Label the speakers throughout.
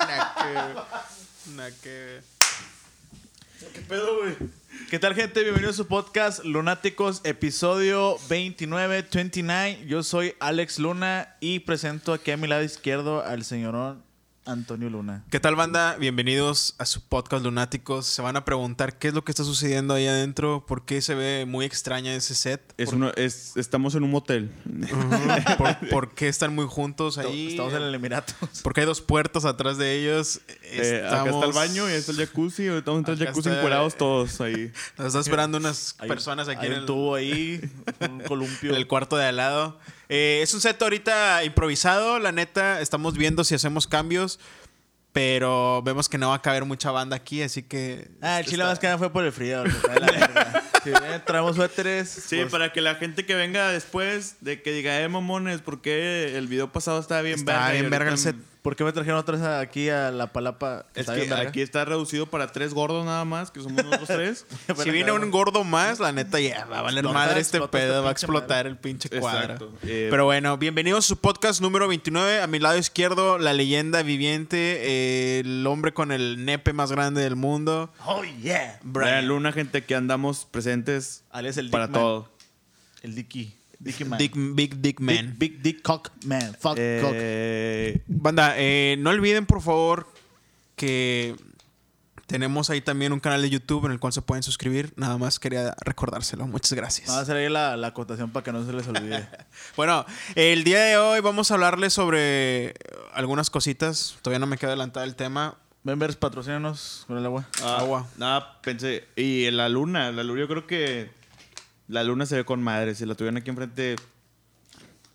Speaker 1: Nah, que- nah, que-
Speaker 2: ¿Qué pedo, güey?
Speaker 3: ¿Qué tal, gente? Bienvenidos a su podcast Lunáticos, episodio 29, 29. Yo soy Alex Luna y presento aquí a mi lado izquierdo al señorón Antonio Luna.
Speaker 1: ¿Qué tal, banda? Bienvenidos a su podcast Lunáticos. Se van a preguntar qué es lo que está sucediendo ahí adentro, por qué se ve muy extraña ese set,
Speaker 4: Es
Speaker 1: por,
Speaker 4: uno, es, estamos en un motel.
Speaker 1: por- por qué están muy juntos ahí,
Speaker 3: Estamos en el Emiratos.
Speaker 1: por qué hay dos puertas atrás de ellos.
Speaker 4: Eh, acá está el baño y ahí está el jacuzzi. Ahorita vamos a entrar al
Speaker 1: Acá
Speaker 4: jacuzzi
Speaker 1: está-
Speaker 4: encuerados todos ahí.
Speaker 1: Nos está esperando unas
Speaker 3: Hay un-
Speaker 1: personas aquí
Speaker 3: hay
Speaker 1: en
Speaker 3: un
Speaker 1: el,
Speaker 3: tubo ahí, un columpio.
Speaker 1: en el cuarto de al lado. Eh, es un set ahorita improvisado, la neta. Estamos viendo si hacemos cambios, pero vemos que no va a caber mucha banda aquí, así que.
Speaker 3: Ah, el chile
Speaker 1: está-
Speaker 3: más que nada fue por el frío. porque está de la verga. si bien traemos suéteres.
Speaker 4: Sí,
Speaker 3: pues,
Speaker 4: para que la gente que venga después de que diga, eh, mamones, porque el video pasado estaba bien
Speaker 1: Está
Speaker 4: verga y
Speaker 1: bien verga el
Speaker 4: ahorita
Speaker 1: set.
Speaker 3: ¿Por qué me trajeron otras aquí a la palapa?
Speaker 4: Es
Speaker 3: ¿Está
Speaker 4: que
Speaker 3: bien verga?
Speaker 4: aquí está reducido para tres gordos nada más, que somos nosotros tres.
Speaker 1: Si viene un gordo más, la neta ya va a valer
Speaker 3: Explota,
Speaker 1: madre este
Speaker 3: explota
Speaker 1: pedo,
Speaker 3: esta
Speaker 1: va a
Speaker 3: pinche
Speaker 1: explotar el pinche cuadro.
Speaker 4: Exacto. Eh,
Speaker 1: Pero bueno, bienvenidos a su podcast número 29. A mi lado izquierdo, la leyenda viviente, eh, el hombre con el nepe más grande del mundo,
Speaker 3: Oh, yeah.
Speaker 4: Brian Luna, gente, que andamos presentes
Speaker 3: Alex el
Speaker 4: para
Speaker 3: Dick Man.
Speaker 4: todo.
Speaker 3: El Dicky. Dicky Man.
Speaker 1: Dick, Big Dick Man.
Speaker 3: Big, big Dick Cock Man. Fuck Cock.
Speaker 4: Eh,
Speaker 1: Banda, eh, no olviden por favor que tenemos ahí también un canal de YouTube en el cual se pueden suscribir. Nada más quería recordárselo. Muchas gracias.
Speaker 3: Vamos a hacer ahí la, la acotación para que no se les olvide.
Speaker 1: Bueno, el día de hoy vamos a hablarles sobre eh, algunas cositas. Todavía no me queda adelantada el tema.
Speaker 3: Members, patrocínanos con el agua.
Speaker 4: ah,
Speaker 1: Agua.
Speaker 4: Nada, pensé. Y la luna, la luna, yo creo que la luna se ve con madre. Si la tuvieran aquí enfrente,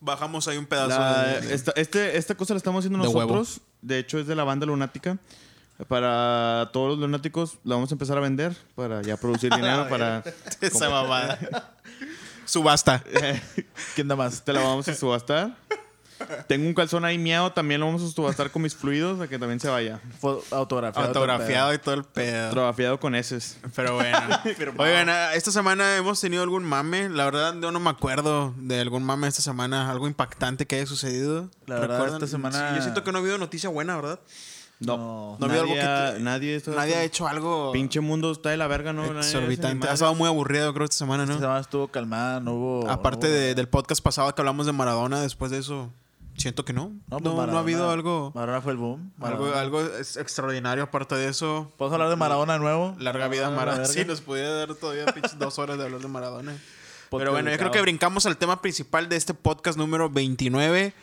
Speaker 1: Bajamos ahí un pedazo.
Speaker 4: La-
Speaker 1: de-
Speaker 4: esta, este- esta cosa la estamos haciendo
Speaker 1: De huevo.
Speaker 4: nosotros. De hecho, es de la banda lunática. Para todos los lunáticos la vamos a empezar a vender para ya producir dinero para...
Speaker 1: esa mamada. Subasta.
Speaker 3: ¿Quién da más?
Speaker 4: Te la vamos a subastar. Tengo un calzón ahí miado, también lo vamos a subastar con mis fluidos a que también se vaya.
Speaker 3: Fo- Autografiado.
Speaker 1: Autografiado y todo el pedo.
Speaker 4: Trabafiado con heces.
Speaker 1: Pero bueno. Oigan, ah, esta semana hemos tenido algún mame. La verdad, yo no me acuerdo de algún mame esta semana. Algo impactante que haya sucedido.
Speaker 3: La verdad,
Speaker 1: ¿Recuerdan?
Speaker 3: esta semana-
Speaker 1: Sí, yo siento que no ha habido noticia buena, ¿verdad?
Speaker 4: No.
Speaker 1: No
Speaker 4: nadie,
Speaker 1: había algo que te-
Speaker 4: nadie, esto-
Speaker 1: Nadie ha hecho algo
Speaker 4: Pinche mundo está de la verga, ¿no? Nadie hace ni
Speaker 1: exorbitante. Ha
Speaker 4: madres.
Speaker 1: estado muy aburrido, creo, esta semana, ¿no?
Speaker 3: Esta semana estuvo calmada, no hubo.
Speaker 1: Aparte
Speaker 3: no hubo-
Speaker 1: de- del podcast pasado que hablamos de Maradona, después de eso, siento que no. No,
Speaker 3: pues
Speaker 1: no,
Speaker 3: Maradona-
Speaker 1: ha habido algo,
Speaker 3: Maradona fue el boom.
Speaker 1: algo, algo es- extraordinario. Aparte de eso,
Speaker 3: ¿Puedo hablar de Maradona de nuevo?
Speaker 1: larga vida a
Speaker 3: Maradona,
Speaker 1: Maradona.
Speaker 3: Ah, la
Speaker 1: Sí,
Speaker 3: verga.
Speaker 1: nos pudiera dar todavía pinches dos horas de hablar de Maradona. Pero bueno,
Speaker 3: Podcast
Speaker 1: yo creo
Speaker 3: dedicado.
Speaker 1: que brincamos al tema principal de este podcast número 29.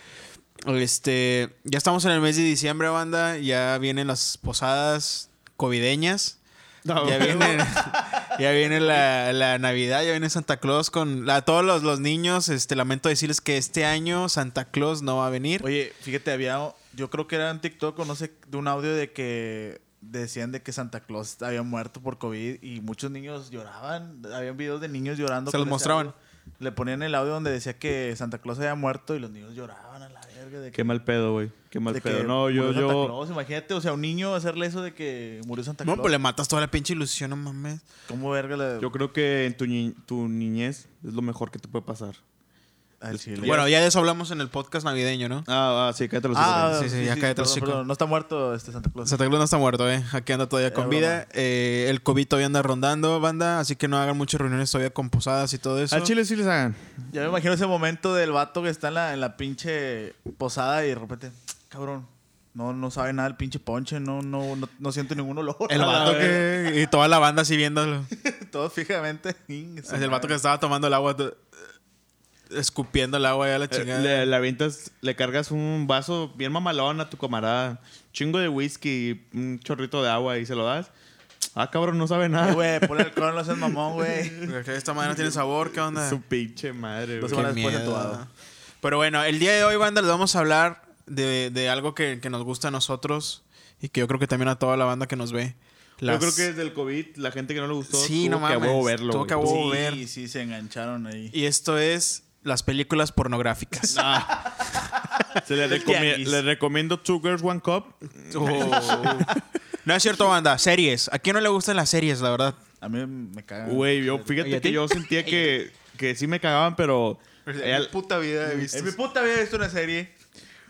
Speaker 1: Este, ya estamos en el mes de diciembre, banda. Ya vienen las posadas covideñas.
Speaker 4: No,
Speaker 1: Ya viene, ya viene la, la Navidad, ya viene Santa Claus con la- a todos los, los niños. Este, lamento decirles que este año Santa Claus no va a venir.
Speaker 3: Oye, fíjate, había. Yo creo que era en TikTok o no sé, de un audio de que decían de que Santa Claus había muerto por COVID y muchos niños lloraban. Habían videos de niños llorando.
Speaker 1: Se
Speaker 3: con
Speaker 1: los
Speaker 3: ese
Speaker 1: mostraban.
Speaker 3: audio. Le ponían el audio donde decía que Santa Claus había muerto y los niños lloraban a la verga. De que,
Speaker 4: Qué mal pedo, güey. Qué mal
Speaker 3: de
Speaker 4: pedo.
Speaker 3: que
Speaker 4: No, yo,
Speaker 3: murió Santa
Speaker 4: yo...
Speaker 3: Claus, imagínate, o sea, un niño hacerle eso de que murió Santa Claus.
Speaker 1: Bueno, pues le matas toda la pinche ilusión, no mames.
Speaker 3: ¿Cómo verga le-
Speaker 4: Yo creo que en tu, ni- tu niñez es lo mejor que te puede pasar.
Speaker 3: al chile?
Speaker 1: Bueno, ya de eso hablamos en el podcast navideño, ¿no?
Speaker 4: Ah, ah, sí, cállate los hijos.
Speaker 3: ah,
Speaker 1: sí,
Speaker 3: sí,
Speaker 1: sí,
Speaker 3: sí,
Speaker 1: ya cállate,
Speaker 3: perdón,
Speaker 1: chico.
Speaker 3: perdón, No está muerto este Santa Claus.
Speaker 1: Santa Claus no está muerto, ¿eh? Aquí anda todavía con
Speaker 3: Es
Speaker 1: vida.
Speaker 3: broma.
Speaker 1: Eh, el COVID todavía anda rondando, banda. Así que no hagan muchas reuniones todavía con posadas y todo eso.
Speaker 4: Al chile sí les hagan.
Speaker 3: Ya me imagino ese momento del vato que está en la, en la pinche posada y de repente, cabrón, no, no sabe nada el pinche ponche, no, no, no, no siento ningún olor.
Speaker 1: El
Speaker 3: A la
Speaker 1: vato
Speaker 3: verga.
Speaker 1: que... Y toda la banda así viéndolo.
Speaker 3: Todos fijamente. Es
Speaker 1: Es el vato que estaba tomando el agua... t- Escupiendo el agua ya la
Speaker 4: Eh,
Speaker 1: chingada.
Speaker 4: Le, le avientas, le cargas un vaso bien mamalón a tu camarada, chingo de whisky, un chorrito de agua y se lo das. Ah, cabrón, no sabe nada.
Speaker 3: Güey, ponle alcohol, no seas mamón, güey.
Speaker 1: Esta madre no tiene sabor, ¿qué onda?
Speaker 4: Su pinche madre,
Speaker 3: Dos
Speaker 4: güey.
Speaker 1: Qué
Speaker 3: semanas después
Speaker 1: miedo.
Speaker 3: entubado.
Speaker 1: Pero bueno, el día de hoy, banda, les vamos a hablar de, de algo que, que nos gusta a nosotros y que yo creo que también a toda la banda que nos ve. Las-
Speaker 4: Yo creo que desde el COVID, la gente que no le gustó
Speaker 1: Sí,
Speaker 4: tuvo
Speaker 1: no
Speaker 4: que a
Speaker 1: mames,
Speaker 4: huevo verlo.
Speaker 1: tuvo
Speaker 4: güey.
Speaker 1: que a huevo- Puedo ver.
Speaker 3: Sí, sí, se engancharon ahí.
Speaker 1: Y esto es las películas pornográficas.
Speaker 4: Se le, recomie-
Speaker 3: Tianguis.
Speaker 4: le recomiendo Two Girls One Cup.
Speaker 1: Oh. No es cierto, banda. Series. ¿A quién no le gustan las series, la verdad?
Speaker 3: A mí me cagan.
Speaker 4: Güey, yo
Speaker 1: Ah, ¿Y a
Speaker 4: fíjate
Speaker 1: ti?
Speaker 4: que yo sentía que, que sí me cagaban, pero hay,
Speaker 1: puta vida he visto.
Speaker 3: En mi puta vida he visto una serie.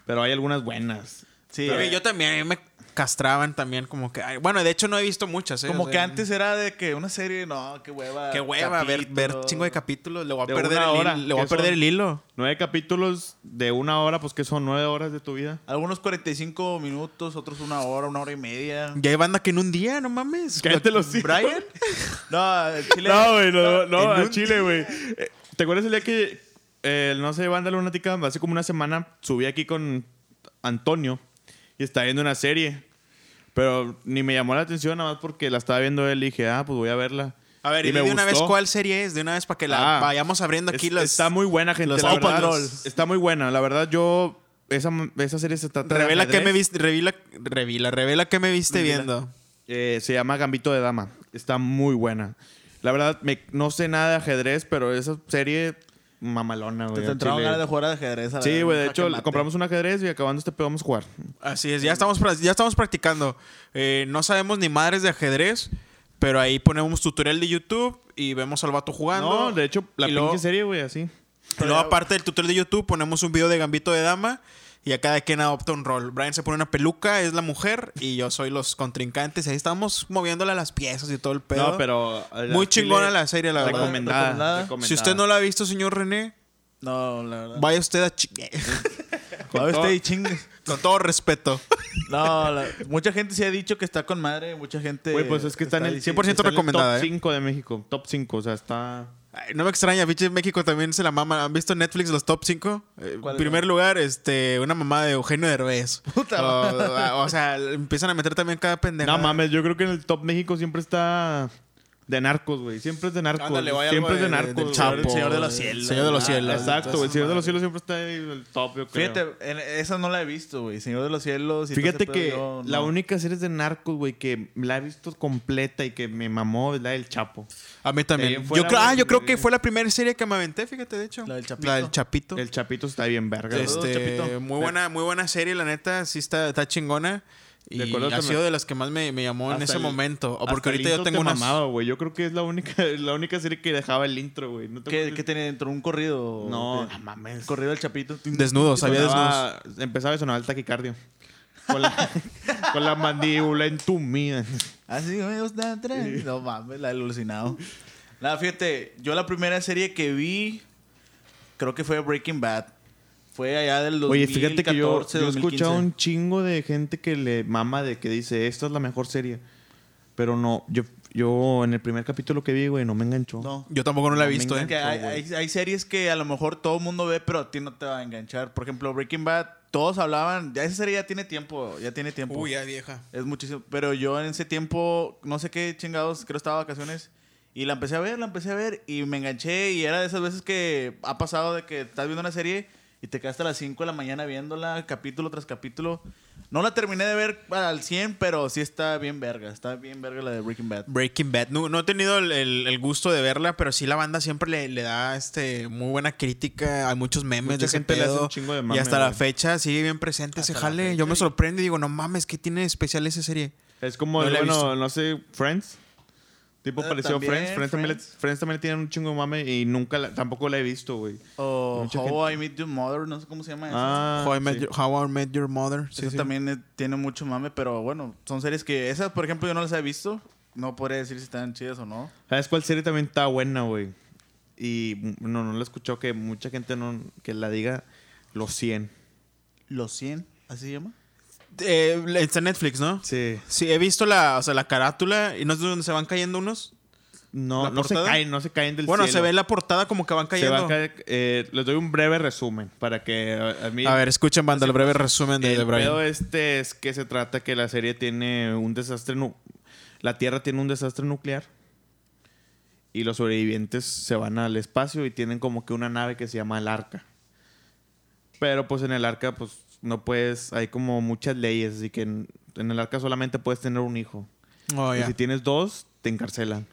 Speaker 4: pero hay algunas buenas.
Speaker 3: Sí,
Speaker 1: yo también. a mí me castraban también como que... ay, Bueno, de hecho no he visto muchas. ¿eh?
Speaker 3: Como
Speaker 1: O
Speaker 3: que
Speaker 1: sea,
Speaker 3: antes era de que una serie, no, qué hueva.
Speaker 1: Qué hueva ver, ver
Speaker 3: capítulo.
Speaker 1: chingo de capítulos. Le voy a
Speaker 4: De
Speaker 1: perder,
Speaker 4: una
Speaker 1: el,
Speaker 4: hora,
Speaker 1: hilo, le voy a
Speaker 4: que son-
Speaker 1: perder el hilo.
Speaker 4: Nueve capítulos de una hora, pues que son nueve horas de tu vida.
Speaker 3: Algunos 45 minutos, otros una hora, una hora y media.
Speaker 1: Ya hay banda que en un día, no mames.
Speaker 4: Cállate los hijos.
Speaker 1: Brian.
Speaker 3: No, el Chile.
Speaker 4: No, güey, no, no,
Speaker 3: en
Speaker 4: a
Speaker 3: un-
Speaker 4: Chile, güey. Eh, ¿Te acuerdas el día que, eh, no sé, Banda Lunática, hace como una semana, subí aquí con Antonio y estaba viendo una serie? Pero ni me llamó la atención, nada más porque la estaba viendo él y dije, ah, pues voy a verla.
Speaker 1: A ver,
Speaker 4: y
Speaker 1: y de una vez cuál serie es, de una vez para que la
Speaker 4: Ah.
Speaker 1: vayamos abriendo aquí
Speaker 4: Es-
Speaker 1: las...
Speaker 4: Está muy buena, gente.
Speaker 1: los
Speaker 4: La
Speaker 1: Paw
Speaker 4: verdad,
Speaker 1: Patrol.
Speaker 4: está muy buena. La verdad, yo. Esa, esa serie se trata de
Speaker 1: Revela que
Speaker 4: ajedrez.
Speaker 1: me viste... Revela, revela, revela que me viste
Speaker 3: Revela.
Speaker 1: viendo.
Speaker 4: Eh, se llama Gambito de Dama. Está muy buena. La verdad, me- no sé nada de ajedrez, pero esa serie mamalona, güey.
Speaker 3: Te
Speaker 4: al
Speaker 3: entraron
Speaker 4: chile.
Speaker 3: ganas de jugar al ajedrez. a la
Speaker 4: Sí,
Speaker 3: verga,
Speaker 4: güey. De
Speaker 3: jaque
Speaker 4: hecho,
Speaker 3: mate.
Speaker 4: compramos un ajedrez y acabando este pedo vamos a jugar.
Speaker 1: Así es, ya estamos, pra- ya estamos practicando. Eh, no sabemos ni madres de ajedrez, pero ahí ponemos tutorial de YouTube y vemos al vato jugando.
Speaker 4: No, de hecho, la
Speaker 1: y
Speaker 4: pinche
Speaker 1: luego-
Speaker 4: serie, güey, así.
Speaker 1: Y luego, aparte del tutorial de YouTube, ponemos un video de Gambito de Dama y a cada quien adopta un rol. Brian se pone una peluca, es la mujer, y yo soy los contrincantes. Ahí estamos moviéndole las piezas y todo el pedo.
Speaker 4: No, pero. al
Speaker 1: Muy
Speaker 4: chile,
Speaker 1: chingona la serie, la verdad.
Speaker 4: Recomendada.
Speaker 3: Recomendada.
Speaker 1: Si usted no la ha visto, señor René,
Speaker 3: No, la verdad.
Speaker 1: vaya usted a... chi-
Speaker 4: Con
Speaker 3: Ahora
Speaker 4: todo-
Speaker 3: usted y chingues.
Speaker 1: Con todo respeto.
Speaker 3: No, la- mucha gente se ha dicho que está con madre. Mucha gente.
Speaker 4: Güey, pues es que está en el
Speaker 3: diciendo-
Speaker 1: 100% recomendada,
Speaker 4: Top
Speaker 1: ¿eh?
Speaker 4: 5 de México. Top 5, o sea, está.
Speaker 1: Ay, no me extraña, pinche México también se la mama. ¿Han visto Netflix los top 5?
Speaker 3: ¿Cuál
Speaker 1: En primer lugar, este, una mamá de Eugenio Derbez. o, o sea, empiezan a meter también cada pendejo.
Speaker 4: No mames, yo creo que en el top México siempre está de narcos, güey. Siempre es de narcos.
Speaker 1: Ándale,
Speaker 4: güey.
Speaker 1: vaya
Speaker 4: siempre es
Speaker 1: algo
Speaker 4: de
Speaker 1: de-
Speaker 4: narcos.
Speaker 1: del
Speaker 4: güey.
Speaker 1: Chapo,
Speaker 4: El Señor de los
Speaker 1: del
Speaker 4: Cielos.
Speaker 1: Señor de los Cielos.
Speaker 4: Ah, exacto, güey. El Señor de los Cielos siempre está ahí en el top, yo creo.
Speaker 3: Fíjate, en- esa no la he visto, güey. Señor de los cielos. y todo
Speaker 4: Fíjate
Speaker 3: ese
Speaker 4: que
Speaker 3: pedo, yo
Speaker 4: la
Speaker 3: no.
Speaker 4: única serie de narcos, güey, que la he visto completa y que me mamó es la del Chapo.
Speaker 1: A mí
Speaker 4: De ahí
Speaker 1: también.
Speaker 4: en
Speaker 1: Yo
Speaker 4: fuera,
Speaker 1: creo, ah,
Speaker 4: güey,
Speaker 1: yo creo
Speaker 4: de-
Speaker 1: que fue la primera serie que me aventé, fíjate, de hecho.
Speaker 3: La del Chapito.
Speaker 1: La del Chapito.
Speaker 4: El Chapito está bien verga. güey.
Speaker 1: Este,
Speaker 3: Chapito.
Speaker 1: muy buena, muy buena serie, la neta, sí está, está chingona. Y
Speaker 4: De acuerdo
Speaker 1: ha
Speaker 4: con-
Speaker 1: sido de las que más me, me llamó en
Speaker 4: Hasta
Speaker 1: ese
Speaker 4: el-
Speaker 1: momento. O
Speaker 4: hasta
Speaker 1: porque
Speaker 4: el
Speaker 1: ahorita yo
Speaker 4: intro
Speaker 1: tengo
Speaker 4: te
Speaker 1: una.
Speaker 4: mamaba, güey. Yo creo que es la única, la única serie que dejaba el intro, güey. No te
Speaker 3: ¿Qué,
Speaker 4: acuerdas?
Speaker 3: qué tenía dentro? ¿Un corrido?
Speaker 4: No,
Speaker 3: ¿Qué?
Speaker 4: no mames.
Speaker 3: El corrido del Chapito.
Speaker 1: Desnudos, había desnudos.
Speaker 4: Sonaba- Empezaba a sonar el taquicardio. Con la, con la mandíbula entumida.
Speaker 3: Así me gusta tres. No mames, la del alucinado. Nada, fíjate, yo la primera serie que vi, creo que fue Breaking Bad. Fue allá del 2014,
Speaker 4: Oye, fíjate que yo, yo he
Speaker 3: 2015.
Speaker 4: escuchado un chingo de gente que le mama de que dice, esta es la mejor serie. Pero no, yo, yo en el primer capítulo que vi, güey, no me enganchó.
Speaker 3: No.
Speaker 1: Yo tampoco no la he visto,
Speaker 3: Es que
Speaker 1: ¿eh?
Speaker 3: hay, hay- hay series que a lo mejor todo el mundo ve, pero a ti no te va a enganchar. Por ejemplo, Breaking Bad, todos hablaban. Ya esa serie ya tiene tiempo, ya tiene tiempo.
Speaker 1: Uy, ya vieja.
Speaker 3: Es muchísimo. Pero yo en ese tiempo, no sé qué chingados, creo estaba de vacaciones. Y la empecé a ver, la empecé a ver y me enganché. Y era de esas veces que ha pasado de que estás viendo una serie y te quedas a las 5 de la mañana viéndola, capítulo tras capítulo. No la terminé de ver al 100, pero sí está bien verga. Está bien verga la de Breaking Bad.
Speaker 1: Breaking Bad. No, no he tenido el, el- el gusto de verla, pero sí la banda siempre le, le da este muy buena crítica. Hay muchos memes
Speaker 4: Mucha
Speaker 1: de ese
Speaker 4: gente le hace
Speaker 1: pedo.
Speaker 4: un chingo de mame,
Speaker 1: y hasta la
Speaker 4: güey.
Speaker 1: fecha sigue bien presente ese jale. Yo me sorprendo y digo, no mames, ¿qué tiene de especial esa serie?
Speaker 4: Es como,
Speaker 1: No la he
Speaker 4: bueno,
Speaker 1: visto.
Speaker 4: no sé, Friends. Tipo
Speaker 3: Ah,
Speaker 4: pareció a
Speaker 3: también,
Speaker 4: Friends. Friends, También le,
Speaker 3: Friends.
Speaker 4: Friends también le tiene un chingo de mame y nunca la- tampoco la he visto, güey.
Speaker 3: O
Speaker 4: Mucha
Speaker 3: How I Meet Your Mother, no sé cómo se llama esa.
Speaker 4: Ah,
Speaker 1: How, I Met
Speaker 4: sí.
Speaker 1: Your- How I Met Your Mother.
Speaker 3: Eso también eh, tiene mucho mame, pero bueno, son series que esas, por ejemplo, yo no las he visto. No podría decir si están chidas o no.
Speaker 4: ¿Sabes cuál serie también está buena, güey? Y mm, no, no la he escuchado que mucha gente no, que la diga los 100.
Speaker 3: Los 100, así se llama.
Speaker 1: Eh, está en Netflix, ¿no?
Speaker 4: Sí.
Speaker 1: Sí, he visto la, o sea, la carátula y no es donde se van cayendo unos.
Speaker 4: No,
Speaker 1: ¿La
Speaker 4: no se
Speaker 1: portada?
Speaker 4: caen, no se caen del
Speaker 1: Bueno,
Speaker 4: cielo.
Speaker 1: se ve la portada como que van
Speaker 4: Se
Speaker 1: cayendo.
Speaker 4: va a caer, eh, les doy un breve resumen para que eh, a, a mí...
Speaker 1: a ver, escuchen, banda, el breve resumen de, de
Speaker 4: el
Speaker 1: Brian.
Speaker 4: pedo este es que se trata que la serie tiene un desastre... nu- la Tierra tiene un desastre nuclear y los sobrevivientes se van al espacio y tienen como que una nave que se llama el Arca. Pero pues en el Arca pues no puedes... Hay como muchas leyes, así que en, en el Arca solamente puedes tener un hijo.
Speaker 1: Oh,
Speaker 4: Y
Speaker 1: ya.
Speaker 4: si tienes dos, te encarcelan.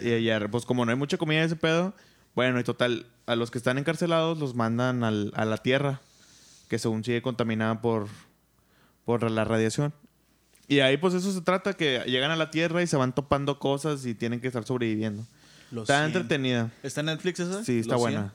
Speaker 4: Y ya, pues como no hay mucha comida de ese pedo, bueno, y total, a los que están encarcelados los mandan al- a la tierra, que según sigue contaminada por, por la radiación. Y ahí pues eso se trata, que llegan a la tierra y se van topando cosas y tienen que estar sobreviviendo.
Speaker 3: Los 100.
Speaker 4: Está entretenida.
Speaker 3: ¿Está en Netflix esa?
Speaker 4: Sí, está
Speaker 3: Los
Speaker 4: buena.
Speaker 3: 100.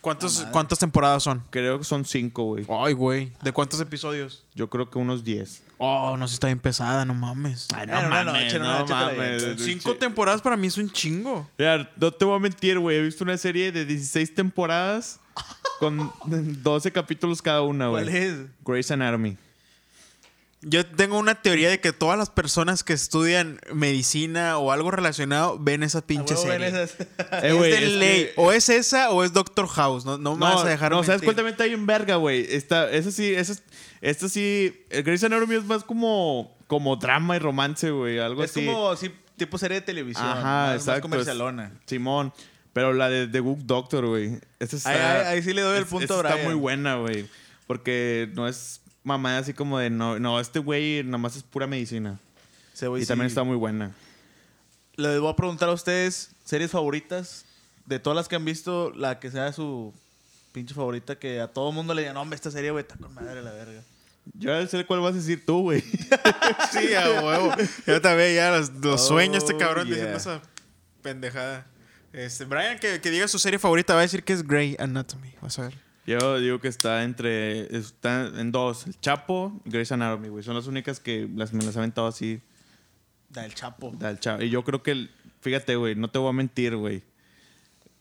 Speaker 1: ¿Cuántos, ¿Cuántas temporadas son?
Speaker 4: Creo que son cinco, güey.
Speaker 1: Ay, güey. ¿De cuántos episodios?
Speaker 4: Yo creo que unos diez.
Speaker 1: Oh, no sé, está bien pesada, no mames.
Speaker 4: Ay,
Speaker 3: no mames, no mames.
Speaker 1: Cinco temporadas para mí es un chingo.
Speaker 4: Mira, no te voy a mentir, güey. He visto una serie de 16 temporadas con 12 capítulos cada una, güey.
Speaker 3: ¿Cuál es?
Speaker 4: Grey's Anatomy.
Speaker 1: Yo tengo una teoría de que todas las personas que estudian medicina o algo relacionado ven
Speaker 4: Ah,
Speaker 1: esa pinche
Speaker 3: Huevo,
Speaker 1: serie.
Speaker 3: ven esas.
Speaker 4: Eh,
Speaker 1: es
Speaker 4: güey,
Speaker 1: de
Speaker 4: es
Speaker 1: ley.
Speaker 4: que-
Speaker 1: O es esa o es Doctor House. No, no me vas a dejar
Speaker 4: no, ¿sabes
Speaker 1: mentir.
Speaker 4: cuál también está bien verga, güey? Esta, esa sí, esa, es- esta sí. El Grey's Anatomy es más como, como drama y romance, güey. Algo
Speaker 3: Es
Speaker 4: así.
Speaker 3: como sí, tipo serie de televisión.
Speaker 4: Ajá,
Speaker 3: más- Más
Speaker 4: exacto.
Speaker 3: comercialona.
Speaker 4: Simón. Pero la de The Good Doctor, güey. Esta está-
Speaker 3: Ahí- ahí- ahí sí le doy el
Speaker 4: es-
Speaker 3: punto a
Speaker 4: esta Está
Speaker 3: Brian.
Speaker 4: muy buena, güey. Porque no es mamá así como de no, no, este güey nada más es pura medicina.
Speaker 3: Se voy,
Speaker 4: y
Speaker 3: sí.
Speaker 4: también está muy buena.
Speaker 3: Les voy a preguntar a ustedes series favoritas. De todas las que han visto, la que sea su pinche favorita, que a todo mundo le digan, no, hombre, esta serie, güey, está con madre la verga.
Speaker 4: Yo ya sé cuál vas a decir tú, güey.
Speaker 1: Sí, a huevo. Yo también ya los, los
Speaker 3: Oh,
Speaker 1: sueño este cabrón
Speaker 3: yeah.
Speaker 1: diciendo esa pendejada. Este, Brian, que, que diga su serie favorita, va a decir que es Grey Anatomy. Vas a ver.
Speaker 4: Yo digo que está entre. Está en dos: El Chapo y Grey's Anatomy, güey. Son las únicas que las, me las ha aventado así.
Speaker 3: Da el chapo.
Speaker 4: Al Chapo. Y yo creo que. el- fíjate, güey, no te voy a mentir, güey.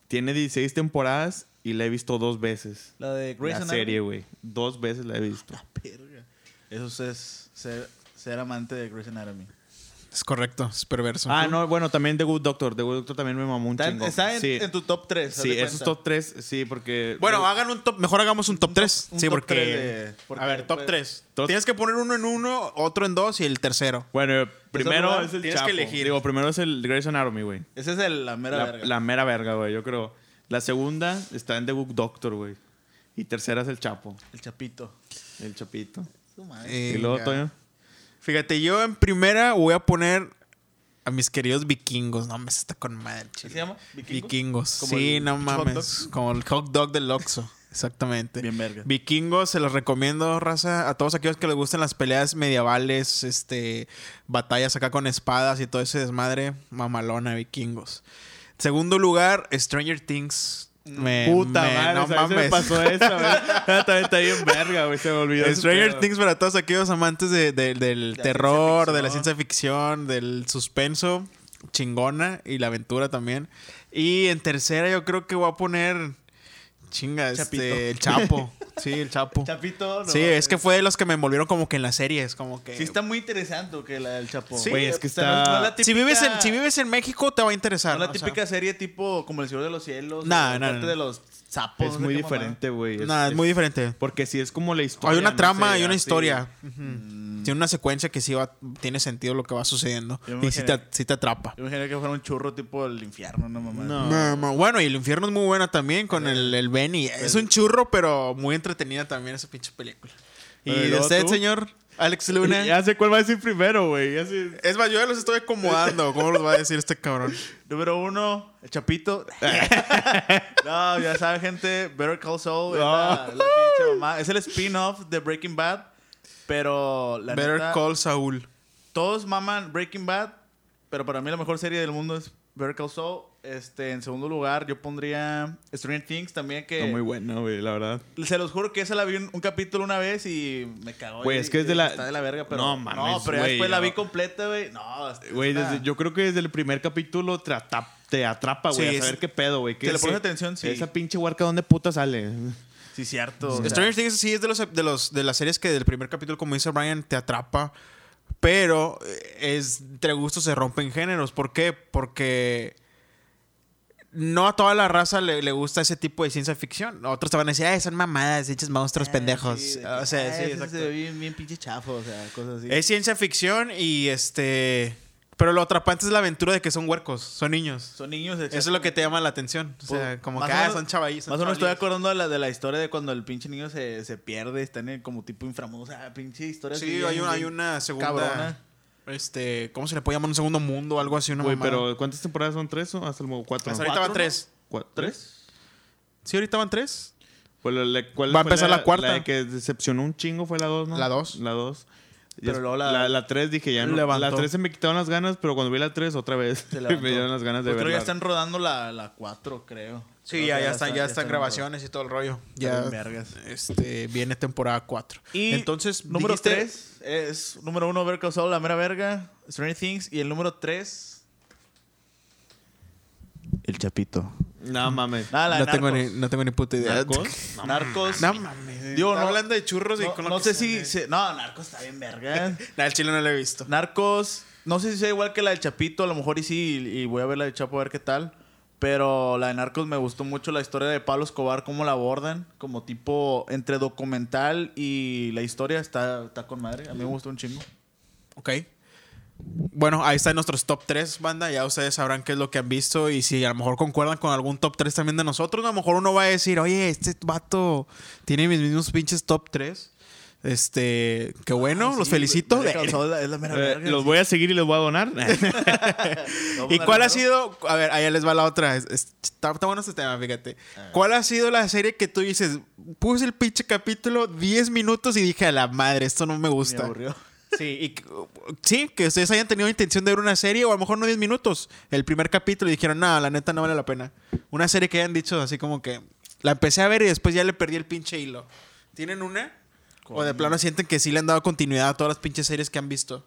Speaker 4: Tiene 16 temporadas y la he visto dos veces.
Speaker 3: La de Grey's
Speaker 4: la
Speaker 3: Anatomy.
Speaker 4: serie, güey. Dos veces la he visto.
Speaker 3: Verga. Eso es ser, ser amante de Grey's Anatomy.
Speaker 1: Es correcto, es perverso.
Speaker 4: Ah, no, bueno, también The Good Doctor. The Good Doctor también me mamó un
Speaker 3: Está, en,
Speaker 4: chingo.
Speaker 3: está en-
Speaker 4: sí,
Speaker 3: en tu top 3.
Speaker 4: sí esos top tres, sí, porque...
Speaker 1: Bueno, hagan un top. Mejor hagamos un top 3.
Speaker 3: un
Speaker 1: Sí,
Speaker 3: top
Speaker 1: porque,
Speaker 3: tres de- porque
Speaker 1: A ver, top
Speaker 3: puede-
Speaker 1: 3.
Speaker 4: Top-
Speaker 1: Tienes que poner uno en uno, otro en dos y el tercero.
Speaker 4: Bueno, eh, primero
Speaker 3: ah, lugar
Speaker 4: es el
Speaker 1: tienes que
Speaker 4: Chapo.
Speaker 1: elegir.
Speaker 4: Digo, primero es el Grey's Anatomy, güey.
Speaker 3: Esa es el- la mera
Speaker 4: La,
Speaker 3: verga.
Speaker 4: la mera verga, güey, yo creo. La segunda está en The Good Doctor, güey. Y tercera es el Chapo,
Speaker 3: El chapito.
Speaker 4: el Chapito.
Speaker 3: Su madre.
Speaker 1: Eh,
Speaker 4: y luego,
Speaker 1: ya.
Speaker 4: Toño,
Speaker 1: Fíjate, yo en primera voy a poner a mis queridos vikingos. No, me está con madre,
Speaker 3: ¿Qué
Speaker 1: chile.
Speaker 3: se llama? ¿Vikingo?
Speaker 1: Vikingos.
Speaker 3: ¿Como
Speaker 1: Sí,
Speaker 3: el
Speaker 1: no
Speaker 3: hot
Speaker 1: mames. Como el hot dog del Oxxo. Exactamente.
Speaker 3: Bien verga.
Speaker 1: Vikingos, se los recomiendo, raza, a todos aquellos que les gustan las peleas medievales, este, batallas acá con espadas y todo ese desmadre. Mamalona, vikingos. Segundo lugar, Stranger Things. Me- Eh,
Speaker 4: Puta
Speaker 1: me-
Speaker 4: madre,
Speaker 1: no
Speaker 4: o sea, a mí se
Speaker 1: mames.
Speaker 4: me pasó esa, güey. Ah, También está bien verga, güey. Se me olvidó. ese
Speaker 1: Stranger
Speaker 4: pedo.
Speaker 1: Things para todos aquellos amantes de- de- del
Speaker 3: la
Speaker 1: terror,
Speaker 3: ciencia
Speaker 1: de la
Speaker 3: ficción.
Speaker 1: ciencia ficción, del suspenso, chingona y la aventura también. Y en tercera yo creo que voy a poner chinga
Speaker 3: Chapito.
Speaker 1: este el Chapo. Sí, el Chapo.
Speaker 3: Chapito. no,
Speaker 1: sí, es que fue de los que me envolvieron como que en las series, como que
Speaker 3: Sí está muy interesante que la del chapo.
Speaker 1: Sí,
Speaker 4: Güey, es que
Speaker 3: O sea, no es-
Speaker 4: está-
Speaker 3: no es la
Speaker 1: si vives en
Speaker 3: típica-
Speaker 1: si vives en México te va a
Speaker 3: no
Speaker 1: interesar.
Speaker 3: es la
Speaker 1: o sea,
Speaker 3: típica serie tipo como El Señor de los Cielos.
Speaker 1: Nah,
Speaker 3: o la
Speaker 1: nah,
Speaker 3: parte
Speaker 1: nah.
Speaker 3: de los sapos. no
Speaker 4: Es
Speaker 3: sé
Speaker 4: muy
Speaker 3: qué mamada.
Speaker 4: diferente, güey.
Speaker 1: nada, es muy diferente.
Speaker 4: Porque si es como la historia.
Speaker 1: Hay una
Speaker 4: no
Speaker 1: trama,
Speaker 4: sé,
Speaker 1: hay una
Speaker 4: así.
Speaker 1: historia. Ujú.
Speaker 3: Mm,
Speaker 1: Tiene una secuencia que sí va, tiene sentido lo que va sucediendo.
Speaker 3: Yo me
Speaker 1: Y sí te,
Speaker 3: imaginé-
Speaker 1: sí te atrapa.
Speaker 3: Yo me imaginé que fuera un churro tipo el infierno, no mamá.
Speaker 4: No.
Speaker 1: No, no, Bueno, y el infierno es muy buena también con el, el Benny. Es un churro, pero muy entretenida también esa pinche película. Y
Speaker 4: Oye,
Speaker 1: de
Speaker 4: ¿luego
Speaker 1: usted,
Speaker 4: tú?
Speaker 1: señor Alex Luna.
Speaker 4: Ya sé cuál va a decir primero, güey. Ya sé-
Speaker 1: Es más, yo ya los estoy acomodando. ¿Cómo los va a decir este cabrón?
Speaker 3: Número uno, el Chapito. no, ya saben, gente, Better Call Saul es, la, la pinche mamá. Es el spin-off de Breaking Bad. Pero la
Speaker 1: Better
Speaker 3: neta,
Speaker 1: Call Saul.
Speaker 3: todos maman Breaking Bad. Pero para mí la mejor serie del mundo es Better Call Saul. Este, en segundo lugar, yo pondría Stranger Things también. Que
Speaker 4: Está muy buena, güey, la verdad.
Speaker 3: Se los juro que esa la vi un, un capítulo una vez y me cagó.
Speaker 4: Güey,
Speaker 3: y-
Speaker 4: es que es
Speaker 3: y
Speaker 4: de la-
Speaker 3: Está de la verga, pero.
Speaker 4: No mames,
Speaker 3: No, pero ya
Speaker 4: güey,
Speaker 3: después la
Speaker 4: no.
Speaker 3: vi completa, güey. No, es-
Speaker 4: Güey,
Speaker 3: es una-
Speaker 1: Ah.
Speaker 4: desde- yo creo que desde el primer capítulo te, ata- te atrapa, güey,
Speaker 1: Sí,
Speaker 4: a
Speaker 1: es-
Speaker 4: saber qué pedo, güey. ¿Qué
Speaker 3: que le
Speaker 4: es-
Speaker 3: pones atención, sí.
Speaker 4: Esa pinche huarca, ¿dónde puta sale?
Speaker 3: Sí, cierto. o sea.
Speaker 1: Stranger Things sí es de, los, de, los, de las series que del primer capítulo, como dice Brian, te atrapa. Pero eh, es entre gustos se rompen géneros. ¿Por qué? Porque no a toda la raza le, le gusta ese tipo de ciencia ficción. Otros te van a decir, ay, son mamadas, hechas monstruos pendejos.
Speaker 3: eh, Sí, de que,
Speaker 1: o
Speaker 3: "Ah,
Speaker 1: sea, sí,
Speaker 3: ese
Speaker 1: exacto.
Speaker 3: Se ve bien, bien pinche chafo, o sea, cosas así.
Speaker 4: Eh,
Speaker 1: Es ciencia ficción y este. Pero lo atrapante es la aventura de que son huercos, son niños.
Speaker 3: Son niños,
Speaker 1: Eso es lo que te llama la atención. O sea,
Speaker 3: Pues,
Speaker 1: como
Speaker 3: más
Speaker 1: que,
Speaker 3: o
Speaker 1: ah,
Speaker 3: menos-
Speaker 1: son chavallis. son
Speaker 3: Más o menos estoy
Speaker 1: chavalillos.
Speaker 3: acordando de la, de la historia de cuando el pinche niño se, se pierde, está en el como tipo inframundo, o sea, pinche historia. así
Speaker 1: Sí,
Speaker 3: bien-
Speaker 1: hay, una- hay
Speaker 3: bien
Speaker 1: una segunda.
Speaker 3: Cabrona.
Speaker 1: Este, ¿cómo se le puede llamar? Un segundo mundo, algo así, una
Speaker 4: Güey,
Speaker 1: mamada.
Speaker 4: pero ¿cuántas temporadas son? ¿Tres o hasta el mo- cuatro?
Speaker 1: Hasta ahorita van
Speaker 3: ¿Cuatro,
Speaker 1: tres.
Speaker 4: ¿Cu- ¿Tres?
Speaker 1: Sí, ahorita van tres.
Speaker 4: Pues la- la- ¿cuál
Speaker 1: Va a
Speaker 4: fue
Speaker 1: empezar la cuarta.
Speaker 4: La de que decepcionó un chingo fue la dos, ¿no?
Speaker 1: La dos.
Speaker 4: La dos.
Speaker 3: Pero
Speaker 4: Ya-
Speaker 3: luego la-
Speaker 4: la, la tres dije ya no.
Speaker 1: Levantó.
Speaker 4: La tres se me quitaron las ganas, pero cuando vi la tres otra vez
Speaker 3: Se
Speaker 4: me
Speaker 3: levantó.
Speaker 4: dieron las ganas de
Speaker 3: Pues creo que ya
Speaker 4: verla.
Speaker 3: están rodando la 4, creo.
Speaker 1: Sí,
Speaker 3: Creo
Speaker 1: ya,
Speaker 3: que
Speaker 1: ya,
Speaker 3: ya
Speaker 1: están,
Speaker 3: está-
Speaker 1: ya
Speaker 3: ya
Speaker 1: están
Speaker 3: está
Speaker 1: grabaciones y todo el rollo. Ya,
Speaker 3: bien vergas.
Speaker 1: este, viene temporada 4.
Speaker 3: Y
Speaker 1: Entonces,
Speaker 3: número
Speaker 1: dijiste-
Speaker 3: 3 es número 1 haber causado la mera verga, Stranger Things. Y el número 3, El Chapito.
Speaker 4: No mames.
Speaker 3: Nada, la
Speaker 1: No
Speaker 3: de
Speaker 1: tengo, ni,
Speaker 3: Narcos.
Speaker 1: no tengo ni puta idea.
Speaker 4: ¿Narcos?
Speaker 3: Narcos.
Speaker 1: No mames.
Speaker 3: Digo,
Speaker 1: está
Speaker 3: no-
Speaker 1: hablando de churros y
Speaker 3: No,
Speaker 1: con lo
Speaker 3: no
Speaker 1: que
Speaker 3: sé
Speaker 1: sea.
Speaker 3: si, se- No, Narcos está bien verga.
Speaker 1: Nah, el chile no lo he visto.
Speaker 3: Narcos, no sé si sea igual que la del Chapito, a lo mejor y sí, y y voy a ver la de Chapo a ver qué tal. Pero la de Narcos me gustó mucho la historia de Pablo Escobar, cómo la abordan, como tipo entre documental y la historia está, está con madre. A mí me gustó un chingo.
Speaker 1: Ok. Bueno, ahí están nuestros top 3, banda. Ya ustedes sabrán qué es lo que han visto. Y si a lo mejor concuerdan con algún top 3 también de nosotros, a lo mejor uno va a decir, oye, este vato tiene mis mismos pinches top 3. Este, qué bueno, los
Speaker 3: Ah, Sí,
Speaker 1: felicito.
Speaker 3: me ha causado la- es la mera
Speaker 4: Eh,
Speaker 3: verga,
Speaker 4: los
Speaker 3: sí.
Speaker 4: voy a seguir y los voy a donar.
Speaker 3: Vamos
Speaker 1: ¿Y
Speaker 3: a
Speaker 1: cuál ha
Speaker 3: darle, ¿no? pues,
Speaker 1: sido? A ver, allá les va la otra. Es- es- Está, está bueno este tema, fíjate. ¿Cuál ha sido la serie que tú dices? Puse el pinche capítulo 10 minutos y dije a la madre, esto no me
Speaker 3: Me
Speaker 1: gusta.
Speaker 3: aburrió.
Speaker 1: Sí, y que- sí, que ustedes hayan tenido intención de ver una serie o a lo mejor no 10 minutos. El primer capítulo y dijeron, no, la neta no vale la pena. Una serie que hayan dicho así como que la empecé a ver y después ya le perdí el pinche hilo. ¿Tienen una? O de plano sienten que sí le han dado continuidad a todas las pinches series que han visto.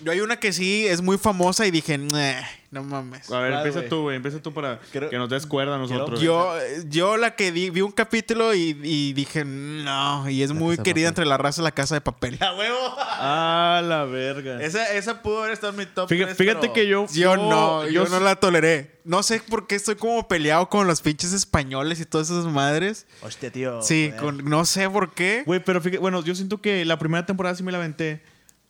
Speaker 1: Yo hay una que sí es muy famosa y dije, "Neh, no mames.
Speaker 4: A ver,
Speaker 3: Vale,
Speaker 4: empieza
Speaker 3: güey.
Speaker 4: tú, güey. Empieza tú para
Speaker 3: Creo-
Speaker 4: que nos des cuerda a nosotros.
Speaker 1: Yo, yo la que di- vi un capítulo y, y dije, no, y es muy
Speaker 4: Casa de
Speaker 1: querida
Speaker 4: Papel.
Speaker 1: entre la raza de la casa de papel.
Speaker 3: ¡A huevo!
Speaker 4: Ah, la verga.
Speaker 3: Esa, esa pudo haber estado en mi top.
Speaker 4: Fíjate,
Speaker 3: tres,
Speaker 4: fíjate
Speaker 3: pero-
Speaker 4: que yo.
Speaker 1: Yo no, yo,
Speaker 4: yo
Speaker 1: no la toleré. No sé por qué estoy como peleado con los pinches españoles y todas esas madres.
Speaker 3: Hostia, tío.
Speaker 1: sí,
Speaker 3: joder.
Speaker 1: con, no sé por qué.
Speaker 4: Güey, pero fíjate, Oh, bueno, yo siento que la primera temporada sí me la aventé.